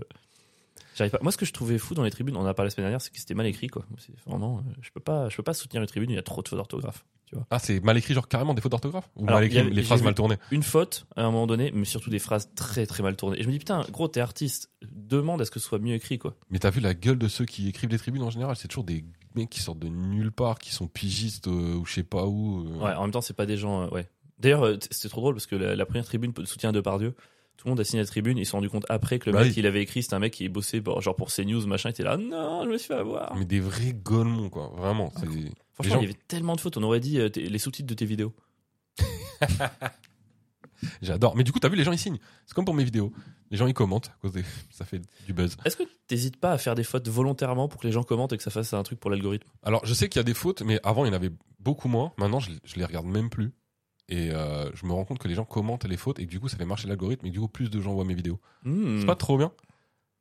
A: J'arrive pas. Moi, ce que je trouvais fou dans les tribunes, on en a parlé la semaine dernière, c'est que c'était mal écrit, quoi. C'est Vraiment, euh, je peux pas, je peux pas soutenir les tribunes, il y a trop de fautes d'orthographe.
B: Ah, c'est mal écrit, genre carrément des fautes d'orthographe Ou
A: Alors,
B: mal
A: il y
B: écrit,
A: avait-
B: les
A: j'ai
B: phrases
A: vu-
B: mal tournées
A: Une faute, à un moment donné, mais surtout des phrases très très mal tournées. Et je me dis, putain, gros, t'es artiste, demande à ce que ce soit mieux écrit, quoi.
B: Mais t'as vu la gueule de ceux qui écrivent les tribunes en général C'est toujours des mecs qui sortent de nulle part, qui sont pigistes euh, ou je sais pas où. euh.
A: Ouais, en même temps, c'est pas des gens. euh, ouais. D'ailleurs, euh, t- c'était trop drôle parce que la, la première tribune de soutien à Depardieu, tout le monde a signé la tribune. Ils se sont rendu compte après que le
B: Bah
A: mec
B: oui.
A: qui l'avait écrit, c'était un mec qui bossait pour, genre pour CNews, machin. Il était là, non, je me suis fait avoir.
B: Mais des vrais golemons, quoi. Vraiment. c'est-
A: Franchement,
B: Mm. gens-
A: il y avait tellement de fautes. On aurait dit euh, t'es- les sous-titres de tes vidéos.
B: J'adore. Mais du coup, t'as vu, les gens ils signent. C'est comme pour mes vidéos. Les gens ils commentent à cause des- Ça fait du buzz.
A: Est-ce que t'hésites pas à faire des fautes volontairement pour que les gens commentent et que ça fasse un truc pour l'algorithme
B: Alors, je sais qu'il y a des fautes, mais avant, il y en avait beaucoup moins. Maintenant, je, je les regarde même plus. Et euh, je me rends compte que les gens commentent les fautes et que du coup, ça fait marcher l'algorithme et que du coup, plus de gens voient mes vidéos.
A: Hmm.
B: C'est pas trop bien.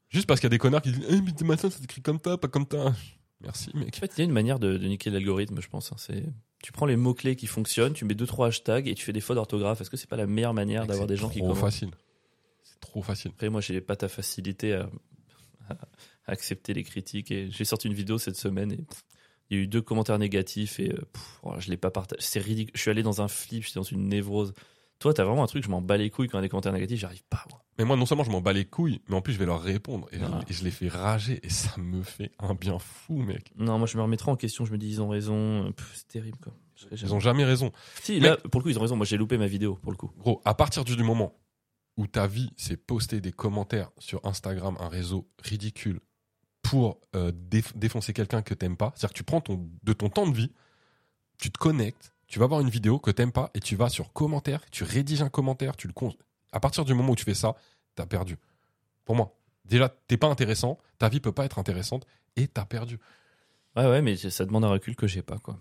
B: Juste parce qu'il y a des connards qui disent Eh, mais de matin, ça s'écrit comme ça, pas comme ça. Merci,
A: En
B: mec.
A: fait, il y a une manière de, de niquer l'algorithme, je pense. hein. C'est tu prends les mots clés qui fonctionnent, tu mets deux trois hashtags et tu fais des fautes d'orthographe. Est-ce que c'est pas la meilleure manière d'avoir des gens qui
B: C'est trop
A: commentent
B: facile. C'est trop facile.
A: Après, moi, j'ai pas ta facilité à, à accepter les critiques. Et j'ai sorti une vidéo cette semaine et pff, il y a eu deux commentaires négatifs et euh, pff, oh, je l'ai pas partagé. C'est ridicule. Je suis allé dans un flip, je suis dans une névrose. Toi, t'as vraiment un truc, je m'en bats les couilles quand il y a des commentaires négatifs, j'arrive pas. moi.
B: Mais moi, non seulement je m'en bats les couilles, mais en plus, je vais leur répondre. Et, je-
A: Ah.
B: et je les fais rager. Et ça me fait un bien fou, mec.
A: Non, moi, je me remettrai en question, je me dis, ils ont raison. euh, Pff, C'est terrible, quoi. Je serais
B: Ils
A: jamais-
B: ont jamais raison.
A: Si, là, pour le coup, ils ont raison. Moi, j'ai loupé ma vidéo, pour le coup.
B: Gros, à partir du moment où ta vie, c'est poster des commentaires sur Instagram, un réseau ridicule, pour euh, déf- défoncer quelqu'un que t'aimes pas, c'est-à-dire que tu prends ton, de ton temps de vie, tu te connectes, tu vas voir une vidéo que t'aimes pas et tu vas sur commentaire, tu rédiges un commentaire, tu le con- À partir du moment où tu fais ça, t'as perdu. Pour moi. Déjà, t'es pas intéressant, ta vie peut pas être intéressante et t'as perdu.
A: Ouais, ouais, mais ça demande un recul que j'ai pas, quoi.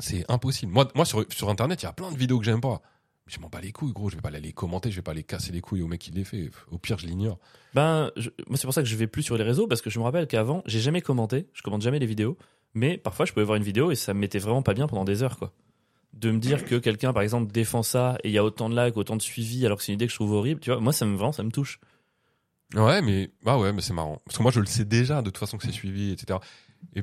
B: C'est impossible. Moi, moi sur, sur Internet, il y a plein de vidéos que j'aime pas. Mais je m'en bats les couilles, gros. Je vais pas aller les commenter, je vais pas les casser les couilles au mec qui les fait. Au pire, je l'ignore.
A: Ben, je- moi, c'est pour ça que je vais plus sur les réseaux parce que je me rappelle qu'avant, j'ai jamais commenté, je commente jamais les vidéos, mais parfois je pouvais voir une vidéo et ça me mettait vraiment pas bien pendant des heures, quoi. De me dire que quelqu'un, par exemple, défend ça et il y a autant de likes, autant de suivis alors que c'est une idée que je trouve horrible, tu vois, moi, ça me, vraiment, ça me touche.
B: Ouais, mais bah ouais, mais c'est marrant. Parce que moi, je le sais déjà de toute façon que
A: Mm.
B: c'est suivi, etc. Et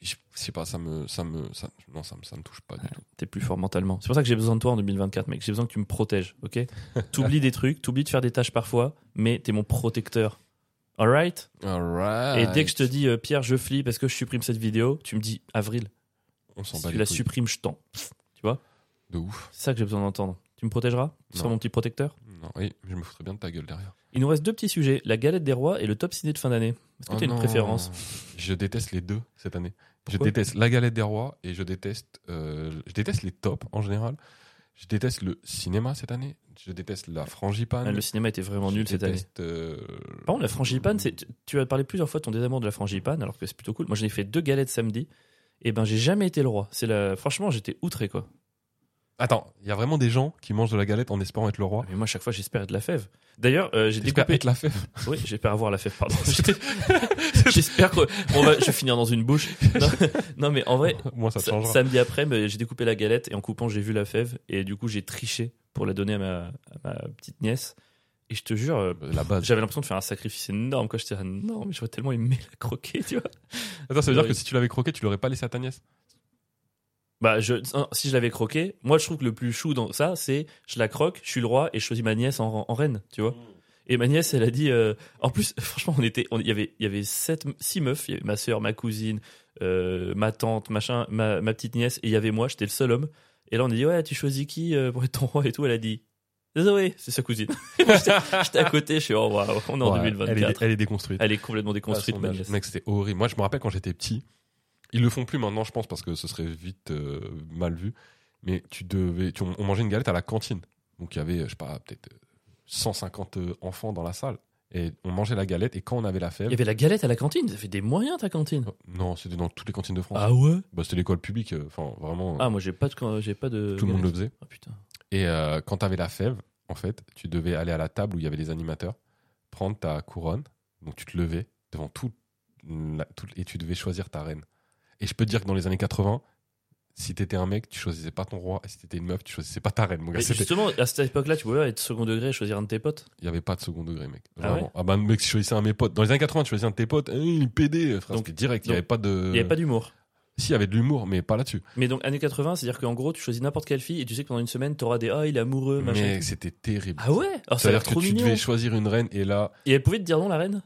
B: je je sais pas, ça me, ça me, ça, non, ça me, ça me touche pas du tout.
A: T'es plus fort mentalement. C'est pour ça que j'ai besoin de toi en 2024, mec. J'ai besoin que tu me protèges, ok T'oublies des trucs, t'oublies de faire des tâches parfois, mais t'es mon protecteur. Alright
B: Alright.
A: Et dès que je te dis, euh, Pierre, je flippe, est-ce que je supprime cette vidéo Tu me dis, Avril,
B: on s'en
A: si
B: bat
A: tu
B: les
A: la
B: couilles.
A: supprimes, je t'en.
B: de ouf.
A: C'est ça que j'ai besoin d'entendre. Tu me protégeras Tu seras
B: Non.
A: mon petit protecteur
B: Non, oui, je me foutrais bien de ta gueule derrière.
A: Il nous reste deux petits sujets la galette des rois et le top ciné de fin d'année. Est-ce que
B: Oh
A: tu as une
B: non.
A: préférence
B: Je déteste les deux cette année.
A: Pourquoi
B: je déteste la galette des rois et je déteste, euh, je déteste les tops en général. Je déteste le cinéma cette année. Je déteste la frangipane. euh,
A: Ah, Le cinéma était vraiment nul cette année.
B: année.
A: Par contre, la frangipane, c'est- tu- tu as parlé plusieurs fois de ton désamour de la frangipane, alors que c'est plutôt cool. Moi, j'en ai fait deux galettes samedi. Et ben, j'ai jamais été le roi. C'est la... Franchement, j'étais outré, quoi.
B: Attends, il y a vraiment des gens qui mangent de la galette en espérant être le roi.
A: Mais moi, à chaque fois, j'espère être la fève. D'ailleurs, euh, j'ai
B: J'espère
A: découpé.
B: être la fève.
A: Oui, j'espère avoir la fève, pardon. j'espère que. on va... Je vais finir dans une bouche. Non, non, mais en vrai,
B: Moi, ça te
A: sa-
B: changera.
A: samedi après, mais j'ai découpé la galette et en coupant, j'ai vu la fève. Et du coup, j'ai triché pour la donner à ma, à ma petite nièce. Et je te jure, euh,
B: La base.
A: j'avais l'impression de faire un sacrifice énorme. Quoi. J'étais là, non, mais j'aurais tellement aimé la croquer, tu vois.
B: Attends, ça veut dire
A: Ouais.
B: que si tu l'avais croqué, tu l'aurais pas laissé à ta nièce.
A: Bah, je, un, si je l'avais croqué, moi je trouve que le plus chou dans ça, c'est je la croque, je suis le roi et je choisis ma nièce en, en reine, tu vois. Et ma nièce, elle a dit. euh, en plus, franchement, on était, on- il y avait, il y avait sept, six meufs. Il y avait ma sœur, ma cousine, euh, ma tante, machin, ma, ma petite nièce, et il y avait moi. J'étais le seul homme. Et là, on a dit ouais, tu choisis qui euh, pour être ton roi et tout. Elle a dit Zoé, c'est sa cousine. J'étais j'étais à côté, je suis oh waouh, on est en
B: Ouais, Elle est,
A: 2024.
B: elle est déconstruite.
A: Elle est complètement déconstruite,
B: Ah, son
A: ma
B: âge.
A: nièce.
B: Mec, c'était horrible. Moi, je me rappelle quand j'étais petit. Ils le font plus maintenant, je pense, parce que ce serait vite euh, mal vu. Mais tu devais, tu- on mangeait une galette à la cantine. Donc il y avait, je sais pas, peut-être euh, 150 enfants dans la salle. Et on mangeait la galette. Et quand on avait la
A: Il
B: fève, euh,
A: y avait la galette à la cantine. Ça fait des moyens ta cantine.
B: non, c'était dans toutes les cantines de France.
A: Ah ouais.
B: Bah, c'était l'école publique. euh, Enfin, vraiment, euh,
A: Ah moi j'ai pas de, j'ai pas de.
B: tout le monde
A: galette.
B: le faisait.
A: Ah, putain.
B: Et euh, quand tu avais la fève, en fait, tu devais aller à la table où il y avait les animateurs, prendre ta couronne, donc tu te levais devant tout, mm, la- tout- et tu devais choisir ta reine. Et je peux te dire que dans les années 80, si t'étais un mec, tu choisissais pas ton roi, et si t'étais une meuf, tu choisissais pas ta reine. Mon gars,
A: Mais
B: C'était-
A: justement, à cette époque-là, tu pouvais être second degré et choisir un de tes potes.
B: il y avait pas de second degré, mec.
A: Ah
B: Vraiment.
A: ouais
B: Ah, bah, mec, si je choisissais un de mes potes, dans les années 80, tu choisissais un de tes potes, hein, il est pédé, frère,
A: Donc-
B: c'était direct, il y
A: donc,
B: avait pas de.
A: Il n'y avait pas d'humour.
B: Si, il y avait de l'humour, mais pas là-dessus.
A: Mais donc, années 80, c'est-à-dire qu'en gros, tu choisis n'importe quelle fille et tu sais que pendant une semaine, t'auras des Ah, il est amoureux, machin.
B: Mais c'était terrible.
A: Ah ouais Alors, Ça a l'air
B: C'est-à-dire que
A: trop
B: tu
A: mignon.
B: devais choisir une reine, et là,
A: Et elle pouvait te dire non, la reine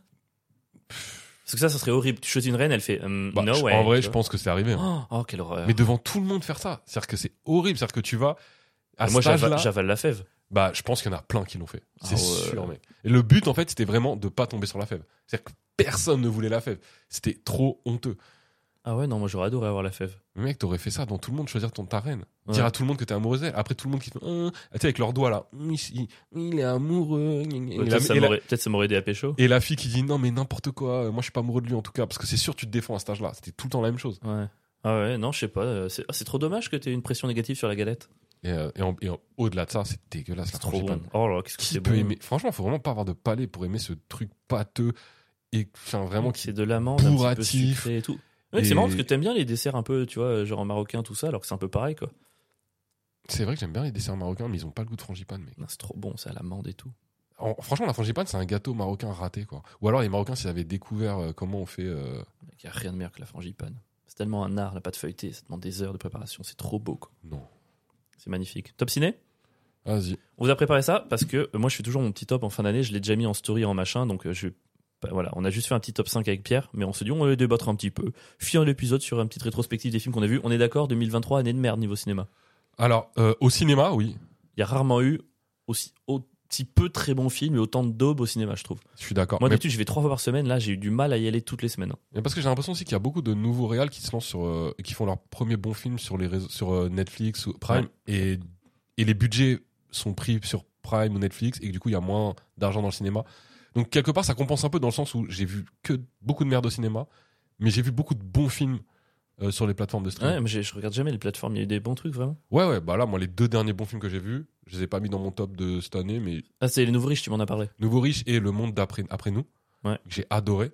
A: Parce que ça, ça serait horrible. Tu choisis une reine, elle fait Hum,
B: bah,
A: No
B: je-
A: way.
B: en vrai,
A: tu
B: je
A: vois.
B: pense que c'est arrivé. hein.
A: Oh, oh, quelle horreur.
B: Mais devant tout le monde faire ça, c'est-à-dire que c'est horrible, c'est-à-dire que tu vas à
A: Et Ah, moi,
B: cet
A: j'ava-
B: âge-là,
A: j'avale la fève.
B: bah je pense qu'il y en a plein qui l'ont fait, c'est
A: Ah ouais.
B: sûr mec. Et le but en fait, c'était vraiment de pas tomber sur la fève. C'est-à-dire que personne ne voulait la fève, c'était trop honteux.
A: Ah ouais, non, moi, j'aurais adoré avoir la fève.
B: Mais mec, t'aurais fait ça dans tout le monde, choisir ton ta reine,
A: Ouais.
B: dire à tout le monde que t'es amoureuse d'elle. Après tout le monde qui fait, Hum, tu sais avec leurs doigts là, Hum, il, il est amoureux. gna, gna, gna. Et la-
A: Peut-être ça
B: et la-
A: m'aurait- peut-être ça m'aurait aidé à pécho.
B: et la fille qui dit non mais n'importe quoi, euh, moi je suis pas amoureux de lui en tout cas, parce que c'est sûr tu te défends à cet âge-là, c'était tout le temps la même chose.
A: Ouais. Ah ouais, non, je sais pas. euh, C'est ah, c'est trop dommage que t'aies une pression négative sur la galette.
B: Et, euh, et en- et en- au-delà de ça, c'est dégueulasse.
A: C'est
B: la
A: trop bon.
B: frangipane.
A: Oh là, là, qu'est-ce que
B: qui
A: c'est
B: peut
A: bon.
B: aimer franchement faut vraiment pas avoir de palais pour aimer ce truc pâteux et enfin vraiment Ah qui
A: c'est de l'amande un petit peu
B: bourratif.
A: sucrée et tout. Ouais,
B: Et-
A: C'est marrant parce que t'aimes bien les desserts un peu, tu vois, genre marocain tout ça, alors que c'est un peu pareil quoi.
B: c'est vrai que j'aime bien les desserts marocains mais ils ont pas le goût de frangipane mec
A: Non, C'est trop bon, ça, l'amande et tout.
B: En- franchement la frangipane c'est un gâteau marocain raté quoi ou alors les marocains s'ils avaient découvert euh, comment on fait euh,
A: Il n'y a rien de meilleur que la frangipane. C'est tellement un art, la pâte feuilletée, ça demande des heures de préparation, c'est trop beau quoi.
B: non
A: C'est magnifique. Top ciné
B: vas-y
A: On vous a préparé ça parce que euh, moi je fais toujours mon petit top en fin d'année, je l'ai déjà mis en story en machin, donc euh, je bah, voilà, on a juste fait un petit top 5 avec Pierre, mais on se dit on va le débattre un petit peu. Fier l'épisode sur un petit rétrospective des films qu'on a vus. On est d'accord, 2023 année de merde niveau cinéma.
B: alors euh, au cinéma oui
A: Il y a rarement eu aussi aussi peu de très bons films et autant de daubes au cinéma, je trouve.
B: je suis d'accord
A: Moi
B: mais,
A: d'habitude je vais trois fois par semaine, là j'ai eu du mal à y aller toutes les semaines. hein.
B: mais parce que j'ai l'impression aussi qu'il y a beaucoup de nouveaux réals qui se lancent sur euh, qui font leur premier bon film sur les réseaux, sur euh, Netflix ou Prime et et les budgets sont pris sur Prime ou Netflix et que du coup il y a moins d'argent dans le cinéma. Donc quelque part ça compense un peu dans le sens où j'ai vu que beaucoup de merde au cinéma, mais j'ai vu beaucoup de bons films euh, sur les plateformes de
A: Ouais,
B: streaming.
A: mais j'ai- je regarde jamais les plateformes, il y a eu des bons trucs vraiment.
B: Ouais. ouais bah là moi les deux derniers bons films que j'ai vus, je les ai pas mis dans mon top de cette année mais
A: Ah, c'est les nouveaux riches, tu m'en as parlé.
B: Nouveau riche et Le monde d'après après nous
A: Ouais.
B: que j'ai adoré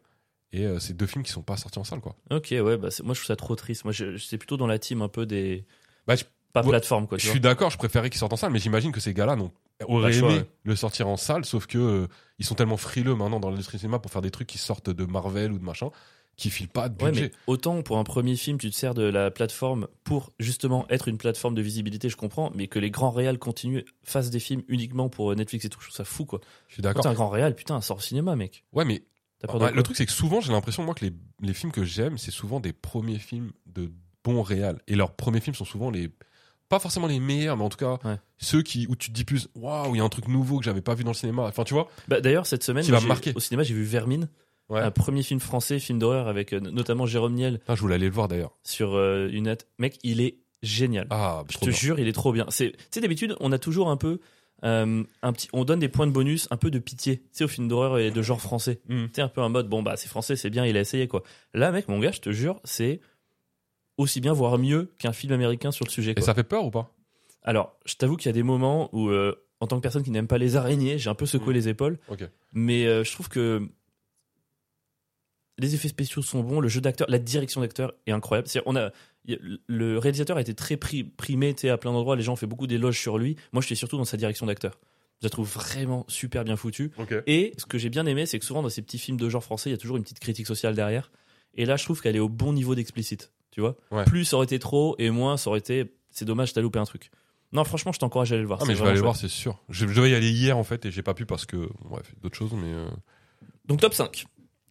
B: et euh, c'est deux films qui sont pas sortis en salle quoi.
A: Ok, ouais, bah, c'est- moi je trouve ça trop triste. Moi je- je- c'est plutôt dans la team un peu des.
B: Bah, je-
A: Pas
B: ouais,
A: plateforme quoi. tu
B: je
A: vois.
B: suis d'accord, je préférais qu'ils sortent en salle mais j'imagine que ces gars-là n'ont auraient
A: Pas le choix,
B: aimé
A: ouais.
B: le sortir en salle sauf que euh, ils sont tellement frileux maintenant dans l'industrie cinéma pour faire des trucs qui sortent de Marvel ou de machin qui filent pas de
A: Ouais,
B: budget.
A: mais autant pour un premier film, tu te sers de la plateforme pour justement être une plateforme de visibilité, je comprends, mais que les grands réals continuent, fassent des films uniquement pour euh, Netflix et tout, je trouve ça fou quoi.
B: Je suis
A: Quand
B: d'accord.
A: t'es un grand réal, putain, sors au cinéma, mec.
B: Ouais, mais
A: T'as peur de
B: ouais,
A: quoi
B: le truc, c'est que souvent, j'ai l'impression, moi, que les, les films que j'aime, c'est souvent des premiers films de bons réals. Et leurs premiers films sont souvent les. Pas forcément les meilleurs, mais en tout cas,
A: Ouais.
B: ceux qui, où tu te dis plus, waouh, il y a un truc nouveau que j'avais pas vu dans le cinéma. Enfin, tu vois,
A: Bah, D'ailleurs, cette semaine,
B: Qui va
A: j'ai-
B: marquer.
A: au cinéma, j'ai vu Vermine,
B: Ouais.
A: un premier film français, film d'horreur avec euh, notamment Jérôme Niel
B: Putain, je voulais aller le voir d'ailleurs.
A: sur euh, une at- Mec, il est génial.
B: Ah,
A: Je
B: trop
A: te
B: bien.
A: jure, il est trop bien. C'est- Tu sais, d'habitude, on a toujours un peu. euh, un petit, on donne des points de bonus, un peu de pitié, tu sais, au film d'horreur et de genre français.
B: Mm.
A: Tu sais, un peu un mode, bon, bah, c'est français, c'est bien, il a essayé, quoi. Là, mec, mon gars, je te jure, c'est aussi bien, voire mieux qu'un film américain sur le sujet.
B: Et
A: quoi.
B: ça fait peur ou pas
A: Alors, je t'avoue qu'il y a des moments où, euh, en tant que personne qui n'aime pas les araignées, j'ai un peu secoué
B: Mm.
A: les épaules.
B: Ok.
A: Mais euh, je trouve que les effets spéciaux sont bons, le jeu d'acteur, la direction d'acteur est incroyable. C'est-à-dire, on a y a- le réalisateur a été très pri- primé, tu sais, à plein d'endroits, les gens ont fait beaucoup d'éloges sur lui. Moi, je suis surtout dans sa direction d'acteur. Je la trouve vraiment super bien foutue.
B: Ok.
A: Et ce que j'ai bien aimé, c'est que souvent dans ces petits films de genre français, il y a toujours une petite critique sociale derrière. Et là, je trouve qu'elle est au bon niveau d'explicite. Tu vois
B: Ouais.
A: Plus ça aurait été trop, et moins ça aurait été. C'est dommage, t'as loupé un truc. Non, franchement, je t'encourage à aller le voir.
B: Ah, mais
A: c'est
B: je vais aller
A: vraiment
B: voir, c'est sûr. Je, je devais y aller hier en fait et j'ai pas pu parce que ouais, fait d'autres choses, mais euh,
A: chouette. Donc, top 5.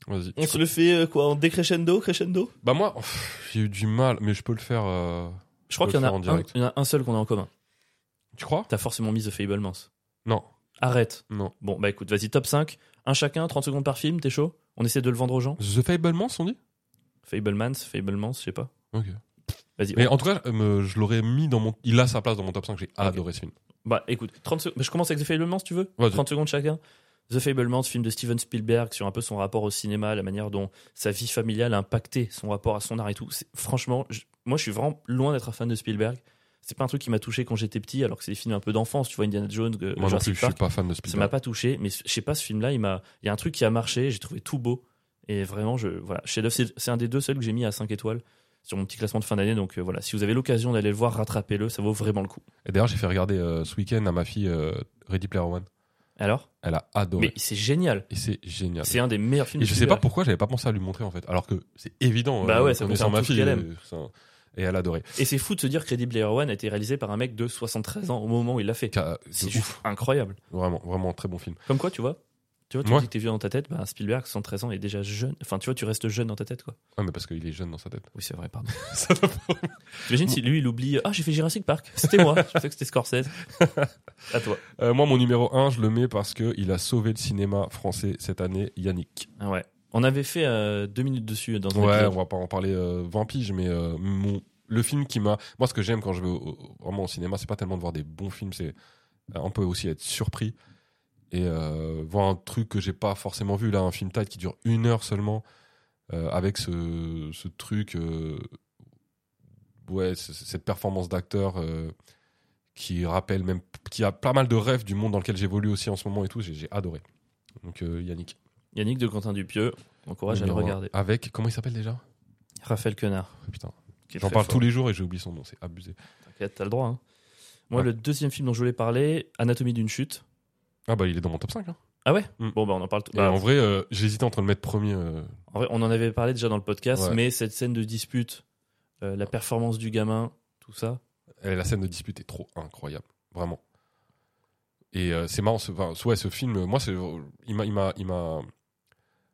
B: vas-y.
A: On se le fait euh, quoi En décrescendo, crescendo
B: Bah moi, pff, j'ai eu du mal, mais je peux le faire. euh,
A: Je crois
B: peut
A: qu'il y, en
B: le
A: a
B: faire
A: un-
B: en direct.
A: il y en a un seul qu'on a en commun.
B: Tu crois
A: T'as forcément mis The Fablemans.
B: Non,
A: Arrête.
B: non.
A: Bon, bah écoute, vas-y, top 5. Un chacun, 30 secondes par film, t'es chaud On essaie de le vendre aux gens
B: The Fablemans, on dit
A: Fablemans, Fablemans, je sais pas.
B: Ok.
A: Vas-y.
B: Mais
A: on-
B: en tout cas, euh, me- je l'aurais mis dans mon. Il a sa place dans mon top 5, j'ai adoré ce film.
A: Bah écoute, 30 secondes. Je commence avec The Fablemans, tu veux
B: Vas-y.
A: 30 secondes chacun. The Fablemans, film de Steven Spielberg sur un peu son rapport au cinéma, la manière dont sa vie familiale a impacté son rapport à son art et tout. C'est- Franchement, je- moi je suis vraiment loin d'être un fan de Spielberg. C'est pas un truc qui m'a touché quand j'étais petit, alors que c'est des films un peu d'enfance, tu vois Indiana Jones, euh,
B: Moi non
A: Jurassic
B: plus, je
A: Park.
B: suis pas fan de
A: ça m'a
B: Spielberg.
A: pas touché mais je sais pas ce film là il m'a il y a un truc qui a marché j'ai trouvé tout beau et vraiment je voilà chef d'œuvre c'est c'est un des deux seuls que j'ai mis à 5 étoiles sur mon petit classement de fin d'année donc euh, voilà si vous avez l'occasion d'aller le voir rattrapez-le ça vaut vraiment le coup
B: Et d'ailleurs, j'ai fait regarder euh, ce week-end à ma fille euh, Ready Player One.
A: alors
B: Elle a adoré.
A: mais c'est génial
B: Et c'est génial.
A: c'est un des meilleurs films
B: Et
A: de
B: je sais pas
A: Spielberg.
B: pourquoi j'avais pas pensé à lui montrer en fait. Alors que c'est évident. euh,
A: Bah ouais, ça
B: connaissant
A: concerne tout ce qu'elle aime.
B: euh, c'est un- Et elle adorait.
A: et c'est fou de se dire que Ready Player One a été réalisé par un mec de 73 ans au moment où il l'a fait
B: Ca-
A: c'est
B: de ouf.
A: incroyable
B: Vraiment, vraiment très bon film.
A: comme quoi tu vois tu vois, tu
B: Ouais.
A: me dis que t'es vieux dans ta tête, bah Spielberg, 73 ans, est déjà jeune. Enfin, tu vois, tu restes jeune dans ta tête, quoi.
B: Ouais, mais parce qu'il est jeune dans sa tête.
A: Oui, c'est vrai, pardon. T'imagines si lui, il oublie, ah, j'ai fait Jurassic Park, c'était moi, je pensais que c'était Scorsese. À toi.
B: Euh, moi, mon numéro 1, je le mets parce que il a sauvé le cinéma français cette année, Yannick.
A: Ah Ouais. On avait fait euh, deux minutes dessus dans un
B: Ouais,
A: épisode.
B: on va pas en parler euh, 20 piges, mais euh, mon- le film qui m'a. Moi, ce que j'aime quand je vais au- au- vraiment au cinéma, c'est pas tellement de voir des bons films, c'est. euh, On peut aussi être surpris et euh, voir un truc que j'ai pas forcément vu. Là, un film tight qui dure une heure seulement, euh, avec ce, ce truc. euh, ouais, c- c- cette performance d'acteur. euh, qui rappelle même qui a pas mal de rêves du monde dans lequel j'évolue aussi en ce moment et tout j'ai j'ai adoré donc euh, Yannick
A: Yannick de Quentin Dupieux, encourage à le
B: Numéro un.
A: regarder.
B: avec comment il s'appelle déjà
A: Raphaël Quenard.
B: Oh, putain J'en parle tous les jours et j'ai oublié son nom, c'est abusé.
A: T'inquiète, t'as le droit. hein. Moi,
B: Ouais.
A: le deuxième film dont je voulais parler, Anatomie d'une chute.
B: Ah bah il est dans mon top 5. Hein.
A: Ah ouais
B: Mm.
A: Bon, bah, on en parle. tout-
B: Et
A: bah,
B: en vrai, euh, j'hésitais entre le mettre premier. euh,
A: en vrai, on en avait parlé déjà dans le podcast,
B: Ouais.
A: mais cette scène de dispute, euh, la performance du gamin, tout ça.
B: et la scène de dispute est trop incroyable, vraiment. Et euh, c'est marrant, ce, enfin, ouais, ce film, euh, moi, c'est, il m'a, il m'a, il m'a-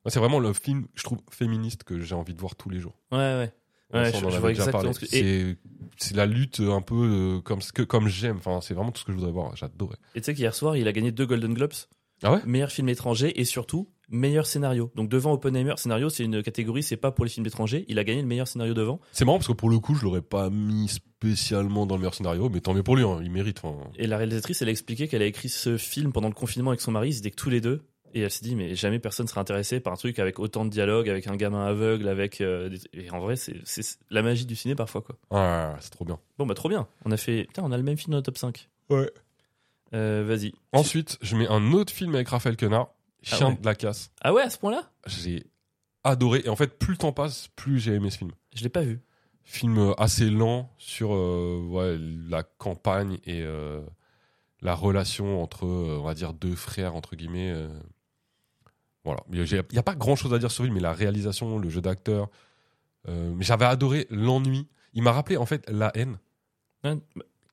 B: moi, c'est vraiment le film, je trouve, féministe que j'ai envie de voir tous les jours.
A: Ouais, ouais. Ouais,
B: Vincent,
A: je-
B: on en
A: je
B: avait
A: vois
B: déjà
A: exactement
B: parlé.
A: ce que-
B: C'est, c'est la lutte un peu euh, comme ce que, comme j'aime. Enfin, c'est vraiment tout ce que je voudrais voir. J'adorais.
A: Et tu sais qu'hier soir, il a gagné deux Golden Globes.
B: Ah ouais
A: Meilleur film étranger et surtout, meilleur scénario. Donc devant Oppenheimer, scénario, c'est une catégorie, c'est pas pour les films étrangers. Il a gagné le meilleur scénario devant.
B: C'est marrant parce que pour le coup, je l'aurais pas mis spécialement dans le meilleur scénario, mais tant mieux pour lui. hein, il mérite. enfin.
A: Et la réalisatrice, elle a expliqué qu'elle a écrit ce film pendant le confinement avec son mari, ils étaient que tous les deux. Et elle s'est dit, mais jamais personne sera intéressé par un truc avec autant de dialogues, avec un gamin aveugle, avec. euh, des- Et en vrai, c'est c'est la magie du ciné parfois, quoi.
B: Ah, c'est trop bien.
A: Bon, bah, trop bien. On a fait. Putain, on a le même film dans le top 5.
B: Ouais.
A: Euh, Vas-y.
B: Ensuite, je mets un autre film avec Raphaël Quenard, Chien
A: ouais.
B: de la casse.
A: Ah ouais, à ce point-là
B: J'ai adoré. Et en fait, plus le temps passe, plus j'ai aimé ce film.
A: Je l'ai pas vu.
B: Film euh, assez lent sur euh, ouais, la campagne et euh, la relation entre, euh, on va dire, deux frères, entre guillemets. euh. Voilà. Il n'y a pas grand-chose à dire sur lui, mais la réalisation, le jeu d'acteur. euh, mais j'avais adoré l'ennui. Il m'a rappelé, en fait, La haine
A: Ouais,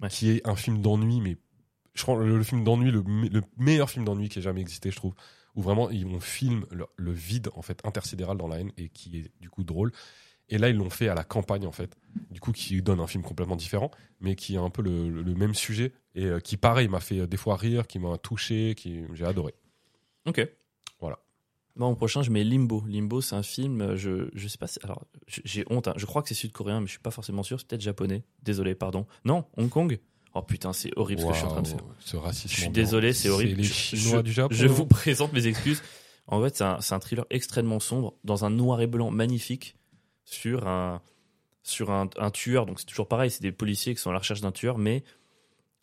A: bah,
B: qui est un film d'ennui, mais je crois le, le film d'ennui, le, me- le meilleur film d'ennui qui ait jamais existé, je trouve, où vraiment ils, on filme le, le vide en fait intersidéral dans la haine et qui est du coup drôle. Et là, ils l'ont fait à la campagne en fait, du coup qui donne un film complètement différent, mais qui a un peu le, le- le même sujet et euh, qui pareil m'a fait euh, des fois rire, qui m'a touché, qui j'ai adoré.
A: Ok.
B: Voilà.
A: Moi, mon prochain, je mets Limbo. Limbo, c'est un film, euh, je, je sais pas si. Alors, j- j'ai honte, hein. je crois que c'est sud-coréen, mais je suis pas forcément sûr, c'est peut-être japonais. Désolé, pardon. Non, Hong Kong Oh putain, c'est horrible ce que je suis en train de
B: Waouh,
A: faire.
B: Ce racisme.
A: Je suis
B: ambiant.
A: désolé, c'est horrible.
B: les
A: Je-
B: Chinois
A: je-
B: du Japon.
A: Je vous présente mes excuses. En fait, c'est un, c'est un thriller extrêmement sombre, dans un noir et blanc magnifique, sur un, sur un, un tueur. Donc, c'est toujours pareil, c'est des policiers qui sont à la recherche d'un tueur, mais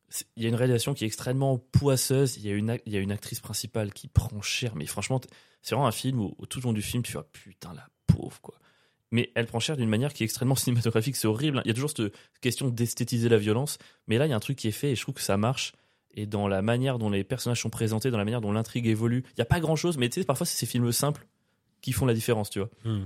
A: c'est- il y a une réalisation qui est extrêmement poisseuse. Il y a une, ac- il y a une actrice principale qui prend cher, mais franchement, t- c'est vraiment un film où, où tout le long du film, tu fais Ah, putain, la pauvre, quoi. Mais elle prend cher d'une manière qui est extrêmement cinématographique, c'est horrible. hein. Il y a toujours cette question d'esthétiser la violence, mais là, il y a un truc qui est fait et je trouve que ça marche et dans la manière dont les personnages sont présentés, dans la manière dont l'intrigue évolue. Il n'y a pas grand chose, mais tu sais, parfois c'est ces films simples qui font la différence, tu vois.
B: Hmm.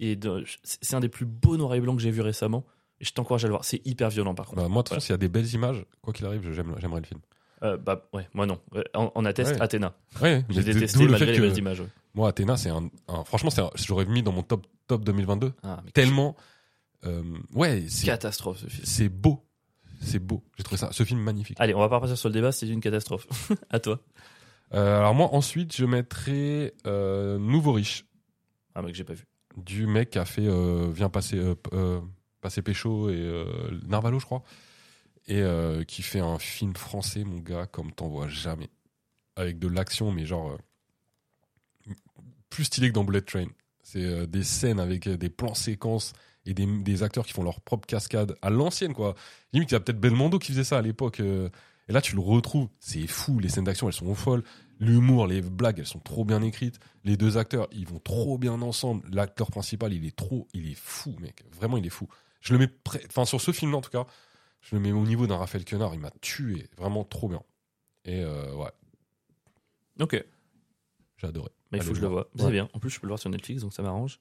A: Et de- c'est c'est un des plus beaux noirs et blancs que j'ai vu récemment. Et je t'encourage à le voir. C'est hyper violent par contre.
B: Bah, moi, de toute façon, s'il y a des belles images, quoi qu'il arrive, je- j'aime- j'aimerais le film.
A: Euh, bah ouais, moi non. Euh, En, en atteste
B: Ouais.
A: Athéna.
B: Ouais,
A: J'ai
B: mais d-
A: détesté
B: d'où le
A: malgré
B: fait
A: les
B: que-
A: belles images. ouais.
B: Moi, Athéna, c'est un, un- Franchement, c'est un- j'aurais mis dans mon top, top 2022.
A: Ah, mais
B: Tellement. euh, ouais, c'est
A: Catastrophe ce film.
B: c'est beau. C'est beau. J'ai trouvé ça, ce film magnifique.
A: Allez, on va pas partir sur le débat, c'est une catastrophe. à toi.
B: Euh, alors, moi, ensuite, je mettrai euh, Nouveau Riche,
A: Ah, mec, j'ai pas vu.
B: du mec qui a fait. euh, Viens passer, euh, p- euh, passer Pécho et euh, Narvalo, je crois. Et euh, qui fait un film français, mon gars, comme t'en vois jamais. Avec de l'action, mais genre. euh, plus stylé que dans Bullet Train. C'est euh, des scènes avec euh, des plans séquences et des, des acteurs qui font leur propre cascade à l'ancienne, quoi. Limite, il y a peut-être Belmondo qui faisait ça à l'époque. euh, et là, tu le retrouves. C'est fou. Les scènes d'action, elles sont folles. L'humour, les blagues, elles sont trop bien écrites. Les deux acteurs, ils vont trop bien ensemble. L'acteur principal, il est trop. Il est fou, mec. Vraiment, il est fou. Je le mets. près- Enfin, sur ce film en tout cas, je le mets au niveau d'un Raphaël Quenard. Il m'a tué. Vraiment trop bien. Et euh, ouais,
A: Ok.
B: j'ai adoré.
A: Mais Bah, il
B: Allez
A: faut que je le
B: le
A: vois.
B: voir.
A: C'est
B: Ouais.
A: bien. En plus, je peux le voir sur Netflix, donc ça m'arrange.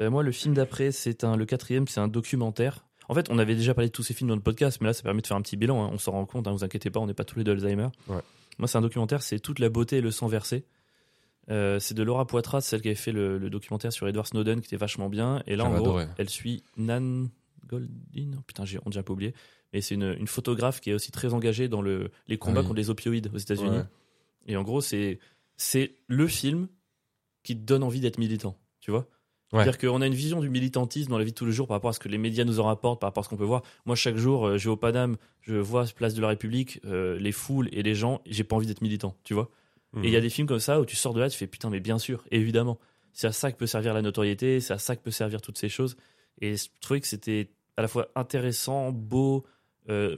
A: Euh, moi, le film d'après, c'est un, le quatrième, c'est un documentaire. En fait, on avait déjà parlé de tous ces films dans le podcast, mais là, ça permet de faire un petit bilan. hein. On s'en rend compte, hein, vous inquiétez pas, on n'est pas tous les deux Alzheimer.
B: Ouais.
A: Moi, c'est un documentaire, c'est Toute la beauté et le sang versé. Euh, c'est de Laura Poitras, celle qui avait fait le, le documentaire sur Edward Snowden, qui était vachement bien. Et là, en
B: J'avais
A: gros,
B: adoré.
A: elle suit Nan Goldin. oh, Putain, j'ai on dirait pas oublié. Mais c'est une, une photographe qui est aussi très engagée dans le, les combats
B: oui.
A: contre les opioïdes aux États-Unis.
B: Ouais.
A: Et en gros, c'est c'est le film qui te donne envie d'être militant, tu vois
B: Ouais.
A: C'est-à-dire qu'on a une vision du militantisme dans la vie de tous les jours par rapport à ce que les médias nous en rapportent, par rapport à ce qu'on peut voir. Moi, chaque jour, euh, je vais au Paname, je vois place de la République, euh, les foules et les gens, et j'ai pas envie d'être militant, tu vois et
B: Mhm.
A: il y a des films comme ça où tu sors de là, tu fais putain, mais bien sûr, évidemment. C'est à ça que peut servir la notoriété, c'est à ça que peut servir toutes ces choses. Et je trouvais que c'était à la fois intéressant, beau. euh,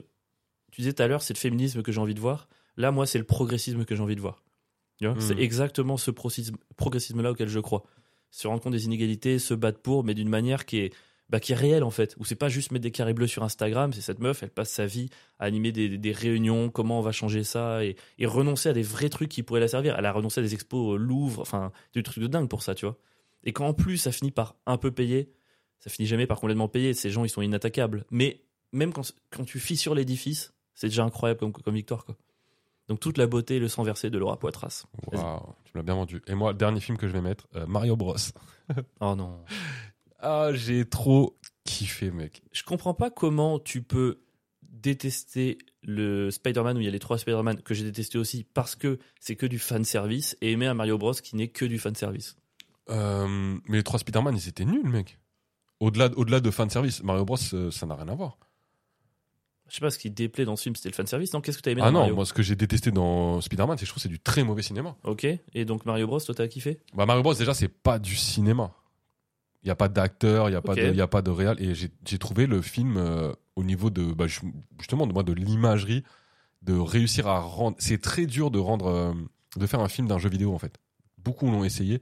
A: tu disais tout à l'heure, c'est le féminisme que j'ai envie de voir. Là, moi, c'est le progressisme que j'ai envie de voir. Tu vois
B: Mhm.
A: C'est exactement ce progressisme- progressisme-là auquel je crois. Se rendre compte des inégalités, se battre pour, mais d'une manière qui est, bah, qui est réelle en fait. Où c'est pas juste mettre des carrés bleus sur Instagram, c'est cette meuf, elle passe sa vie à animer des, des- des réunions, comment on va changer ça, et, et renoncer à des vrais trucs qui pourraient la servir. Elle a renoncé à des expos au Louvre, enfin, des trucs de dingue pour ça, tu vois. Et quand en plus ça finit par un peu payer, ça finit jamais par complètement payer, ces gens ils sont inattaquables. Mais même quand, quand tu fissures l'édifice, c'est déjà incroyable comme, comme victoire, quoi. Donc toute la beauté et le sang versé de Laura Poitras. Vas-y.
B: Mmh. Waouh, tu me l'as bien vendu. Et moi, le dernier film que je vais mettre, euh, Mario Bros.
A: Oh non.
B: Ah, j'ai trop kiffé, mec.
A: Je comprends pas comment tu peux détester le Spider-Man où il y a les trois Spider-Man que j'ai détesté aussi parce que c'est que du fan service et aimer un Mario Bros qui n'est que du fan service.
B: Euh, mais les trois Spider-Man, ils étaient nuls, mec. Au-delà au-delà de fan service, Mario Bros, euh, ça n'a rien à voir.
A: Je sais pas ce qui déplaît dans ce film, c'était le fan service. Non, qu'est-ce que t'as aimé
B: ah
A: dans
B: non,
A: Mario
B: moi, ce que j'ai détesté dans Spider-Man, c'est que je trouve que c'est du très mauvais cinéma.
A: Ok. Et donc Mario Bros, toi t'as kiffé
B: Bah, Mario Bros, déjà, c'est pas du cinéma. Il n'y a pas d'acteur, il n'y a, pas
A: Ok.
B: de- y a pas de réal. Et j'ai j'ai trouvé le film euh, au niveau de, bah, ju- justement, de, moi, de l'imagerie, de réussir à rendre. C'est très dur de rendre. euh, de faire un film d'un jeu vidéo, en fait. Beaucoup l'ont essayé.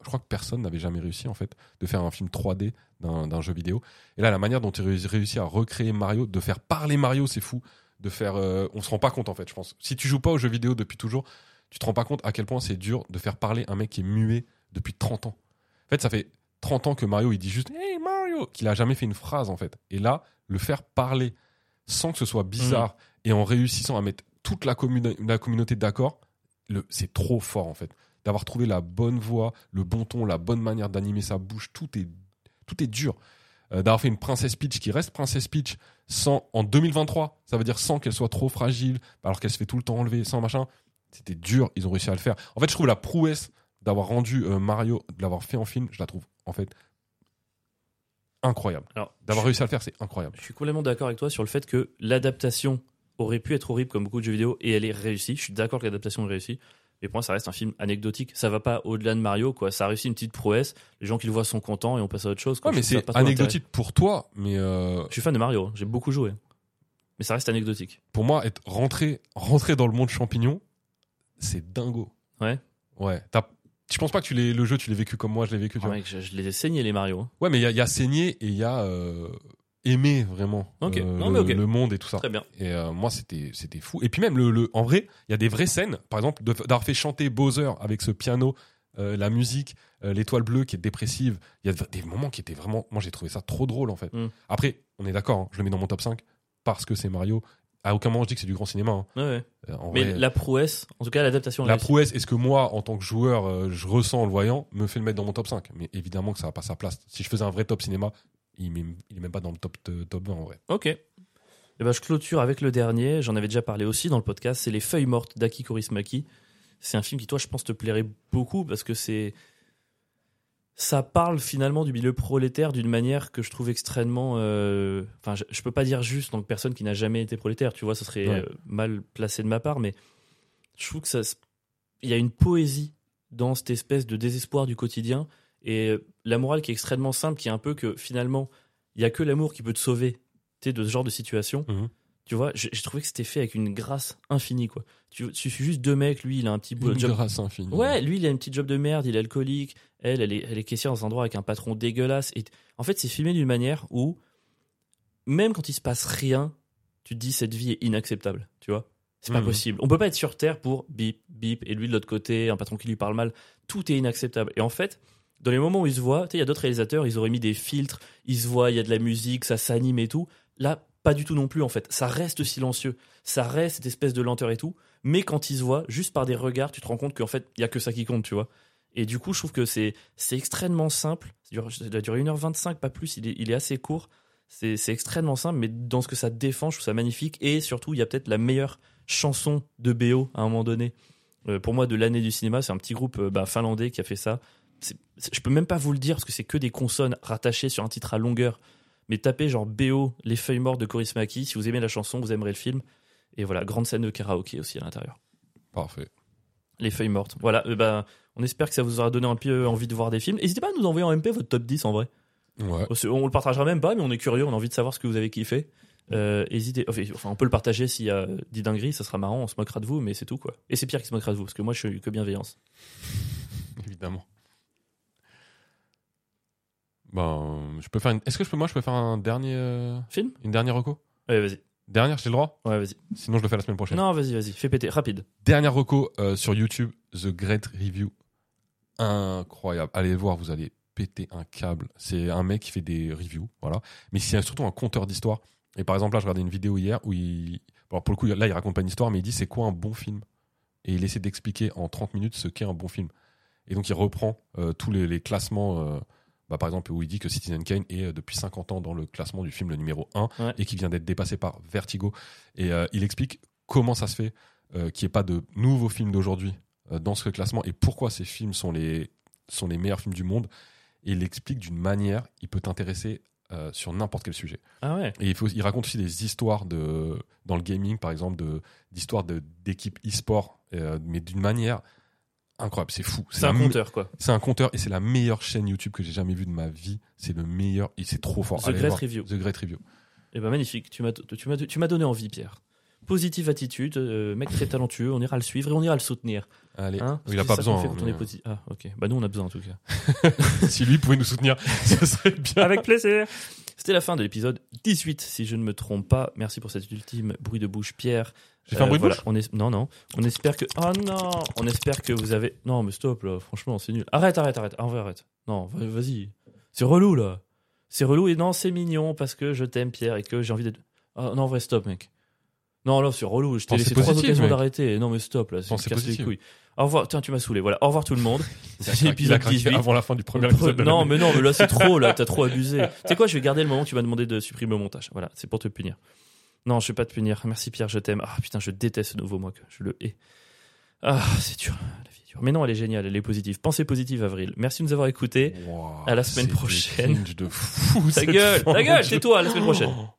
B: Je crois que personne n'avait jamais réussi, en fait, de faire un film 3D d'un d'un jeu vidéo. Et là, la manière dont ils réussissent réussi à recréer Mario, de faire parler Mario, c'est fou. De faire, euh, on se rend pas compte, en fait, je pense. Si tu joues pas aux jeux vidéo depuis toujours, tu te rends pas compte à quel point c'est dur de faire parler un mec qui est muet depuis 30 ans. En fait, ça fait 30 ans que Mario, il dit juste Hey Mario qu'il a jamais fait une phrase, en fait. Et là, le faire parler sans que ce soit bizarre et en réussissant à mettre toute la, communa- la communauté d'accord, le- c'est trop fort, en fait. D'avoir trouvé la bonne voix, le bon ton, la bonne manière d'animer sa bouche, tout est, tout est dur. Euh, D'avoir fait une Princess Peach qui reste Princess Peach sans, en 2023, ça veut dire sans qu'elle soit trop fragile, alors qu'elle se fait tout le temps enlever, sans machin. C'était dur, ils ont réussi à le faire. En fait, je trouve la prouesse d'avoir rendu euh, Mario, de l'avoir fait en film, je la trouve en fait incroyable.
A: Alors,
B: D'avoir
A: je,
B: réussi à le faire, c'est incroyable.
A: je suis complètement d'accord avec toi sur le fait que l'adaptation aurait pu être horrible comme beaucoup de jeux vidéo et elle est réussie. Je suis d'accord que l'adaptation est réussie. Mais pour moi, ça reste un film anecdotique. Ça va pas au-delà de Mario, quoi. Ça réussit une petite prouesse. Les gens qui le voient sont contents et on passe à autre chose. quoi.
B: Ouais, mais
A: Je trouve ça
B: c'est
A: pas trop l'intérêt.
B: anecdotique pour toi, mais euh,
A: Je suis fan de Mario, hein. j'ai beaucoup joué. Mais ça reste anecdotique.
B: pour moi, être rentré, rentré dans le monde champignon, c'est dingo.
A: Ouais.
B: Ouais. t'as- Je pense pas que tu l'aies- le jeu, tu l'as vécu comme moi, je l'ai vécu. tu
A: Ah,
B: vois.
A: mec, je, je les ai saignés, les Mario. hein.
B: Ouais, mais il y, a- il y a saigné et il y a euh, aimé vraiment
A: Ok.
B: euh,
A: Non,
B: le,
A: mais ok.
B: le monde et tout ça.
A: Très bien.
B: Et euh, moi, c'était c'était fou. Et puis même, le, le- en vrai, il y a des vraies scènes. Par exemple, de- d'avoir fait chanter Bowser avec ce piano, euh, la musique, euh, l'étoile bleue qui est dépressive. Il y a de- des moments qui étaient vraiment... Moi, j'ai trouvé ça trop drôle, en fait.
A: Mm.
B: Après, on est d'accord, hein, je le mets dans mon top 5 parce que c'est Mario. À aucun moment, je dis que c'est du grand cinéma. hein.
A: Ouais, ouais.
B: Euh, en
A: Mais
B: vrai,
A: la prouesse, en tout cas l'adaptation. est
B: la
A: réussie.
B: prouesse est ce que moi, en tant que joueur, euh, je ressens en le voyant, me fait le mettre dans mon top 5. Mais évidemment que ça n'a pas sa place. Si je faisais un vrai top cinéma, il n'est même pas dans le top, euh, top 20 en vrai.
A: Ok. Et ben, je clôture avec le dernier. J'en avais déjà parlé aussi dans le podcast. C'est Les Feuilles Mortes d'Aki Kaurismäki. C'est un film qui, toi, je pense, te plairait beaucoup parce que c'est. Ça parle finalement du milieu prolétaire d'une manière que je trouve extrêmement. euh, Enfin, je, je peux pas dire juste, donc personne qui n'a jamais été prolétaire, tu vois, ça serait
B: Ouais.
A: euh, mal placé de ma part, mais je trouve que ça. se- Il y a une poésie dans cette espèce de désespoir du quotidien et euh, la morale qui est extrêmement simple, qui est un peu que finalement, il y a que l'amour qui peut te sauver tu sais, de ce genre de situation.
B: Mhm.
A: Tu vois, j'ai j'ai trouvé que c'était fait avec une grâce infinie, quoi. Tu, tu suis juste deux mecs, lui, il a un petit bout
B: Une
A: job.
B: grâce infinie.
A: Ouais, lui, il a une petite job de merde, il est alcoolique. Elle, elle est, elle est caissière dans un endroit avec un patron dégueulasse. Et t- en fait, c'est filmé d'une manière où, même quand il se passe rien, tu te dis cette vie est inacceptable. Tu vois, c'est pas
B: Mhm.
A: possible. On peut pas être sur terre pour bip bip et lui de l'autre côté, un patron qui lui parle mal. Tout est inacceptable. Et en fait, dans les moments où ils se voient, tu sais, il y a d'autres réalisateurs, ils auraient mis des filtres. Ils se voient, il y a de la musique, ça s'anime et tout. Là, pas du tout non plus en fait. Ça reste silencieux. Ça reste cette espèce de lenteur et tout mais quand ils se voient, juste par des regards, tu te rends compte qu'en fait, il y a que ça qui compte, tu vois. Et du coup, je trouve que c'est c'est extrêmement simple. Ça dure- ça doit durer 1h25, pas plus. Il est, il est assez court. C'est c'est extrêmement simple, mais dans ce que ça défend, je trouve ça magnifique. Et surtout, il y a peut-être la meilleure chanson de BO à un moment donné. Euh, pour moi, de l'année du cinéma, c'est un petit groupe euh, bah, finlandais qui a fait ça. C'est- c'est- je peux même pas vous le dire parce que c'est que des consonnes rattachées sur un titre à longueur. Mais tapez genre BO, Les Feuilles Mortes de Korismaki. Si vous aimez la chanson, vous aimerez le film. Et voilà, grande scène de karaoké aussi à l'intérieur.
B: Parfait.
A: Les feuilles mortes. Voilà, euh, bah, on espère que ça vous aura donné un peu envie de voir des films. N'hésitez pas à nous envoyer en MP votre top 10 en vrai.
B: Ouais.
A: Parce que On le partagera même pas, mais on est curieux, on a envie de savoir ce que vous avez kiffé. Euh, hésitez, enfin, enfin, on peut le partager s'il y a euh, des dingueries, ça sera marrant, on se moquera de vous, mais c'est tout quoi. Et c'est Pierre qui se moquera de vous, parce que moi je suis que bienveillance.
B: Évidemment. Ben, je peux faire une... Est-ce que je peux, moi, je peux faire un dernier, euh,
A: Film
B: une dernière reco
A: Ouais, vas-y.
B: Dernière, j'ai le droit
A: Ouais, vas-y.
B: Sinon, je le fais la semaine prochaine.
A: Non, vas-y, vas-y, fais péter, rapide.
B: Dernière reco euh, sur YouTube, The Great Review. Incroyable. Allez le voir, vous allez péter un câble. C'est un mec qui fait des reviews, voilà. Mais c'est surtout un conteur d'histoire. Et par exemple, là, je regardais une vidéo hier où il. Alors pour le coup, là, il raconte pas une histoire, mais il dit c'est quoi un bon film Et il essaie d'expliquer en 30 minutes ce qu'est un bon film. Et donc, il reprend euh, tous les, les classements. euh, bah, par exemple, où il dit que Citizen Kane est euh, depuis 50 ans dans le classement du film le numéro 1
A: Ouais.
B: et qui vient d'être dépassé par Vertigo. Et euh, il explique comment ça se fait euh, qu'il n'y ait pas de nouveaux films d'aujourd'hui euh, dans ce classement et pourquoi ces films sont les, sont les meilleurs films du monde. Et il l'explique d'une manière, il peut t'intéresser euh, sur n'importe quel sujet.
A: Ah ouais
B: Et il, faut, il raconte aussi des histoires de, dans le gaming, par exemple, de- d'histoires de- d'équipes e-sport, euh, mais d'une manière incroyable. C'est fou.
A: C'est un
B: la me-
A: compteur quoi.
B: C'est un compteur et c'est la meilleure chaîne YouTube que j'ai jamais vue de ma vie. C'est le meilleur et c'est trop fort.
A: The
B: Allez
A: Great
B: voir.
A: Review.
B: The Great Review.
A: Eh ben magnifique, tu m'as tu m'as- tu m'as donné envie, Pierre. Positive attitude, euh, mec très talentueux, on ira le suivre et on ira le soutenir.
B: Allez.
A: Hein
B: il a
A: C'est
B: pas
A: ça
B: besoin.
A: qu'on fait
B: hein,
A: quand on est
B: mais-
A: positif. Ah, ok. Bah, nous, on a besoin en tout cas.
B: si lui pouvait nous soutenir, ce serait bien.
A: Avec plaisir. C'était la fin de l'épisode 18, si je ne me trompe pas. Merci pour cet ultime bruit de bouche, Pierre.
B: J'ai fait un
A: Euh,
B: bruit de
A: voilà,
B: bouche
A: on es- Non, non. On espère que. Oh non On espère que vous avez. Non, mais stop, là. Franchement, c'est nul. Arrête, arrête, arrête. Ah, ouais, arrête. Non, va- vas-y. C'est relou, là. C'est relou et non, c'est mignon parce que je t'aime, Pierre, et que j'ai envie d'être. Ah, non, en vrai, stop, mec. Non, là, c'est relou. Je t'ai
B: Non,
A: laissé
B: c'est
A: trois
B: positif,
A: occasions
B: mec.
A: d'arrêter. Non, mais stop, là.
B: Non,
A: C'est
B: c'est
A: casse les
B: positif.
A: couilles. Au revoir. Tiens, tu m'as saoulé. Voilà. Au revoir, tout le monde. C'était
B: Il a
A: l'épisode
B: craqué
A: 18.
B: Avant la fin du premier
A: Pre-
B: épisode de
A: non,
B: l'année.
A: mais non, mais là c'est trop, là, t'as trop abusé. tu sais quoi, je vais garder le moment où tu m'as demandé de supprimer au montage. Voilà, c'est pour te punir. Non, je vais pas te punir. Merci Pierre, je t'aime. Ah putain, je déteste ce nouveau moi, que je le hais. Ah, c'est dur. La vie est dure. Mais non, elle est géniale, elle est positive. Pensez positive, Avril. Merci de nous avoir écoutés.
B: Wow,
A: à la semaine
B: c'est des
A: prochaine.
B: cringe de fou,
A: Ta
B: cette
A: gueule,
B: fin
A: ta gueule,
B: de-
A: tais-toi, à la semaine prochaine.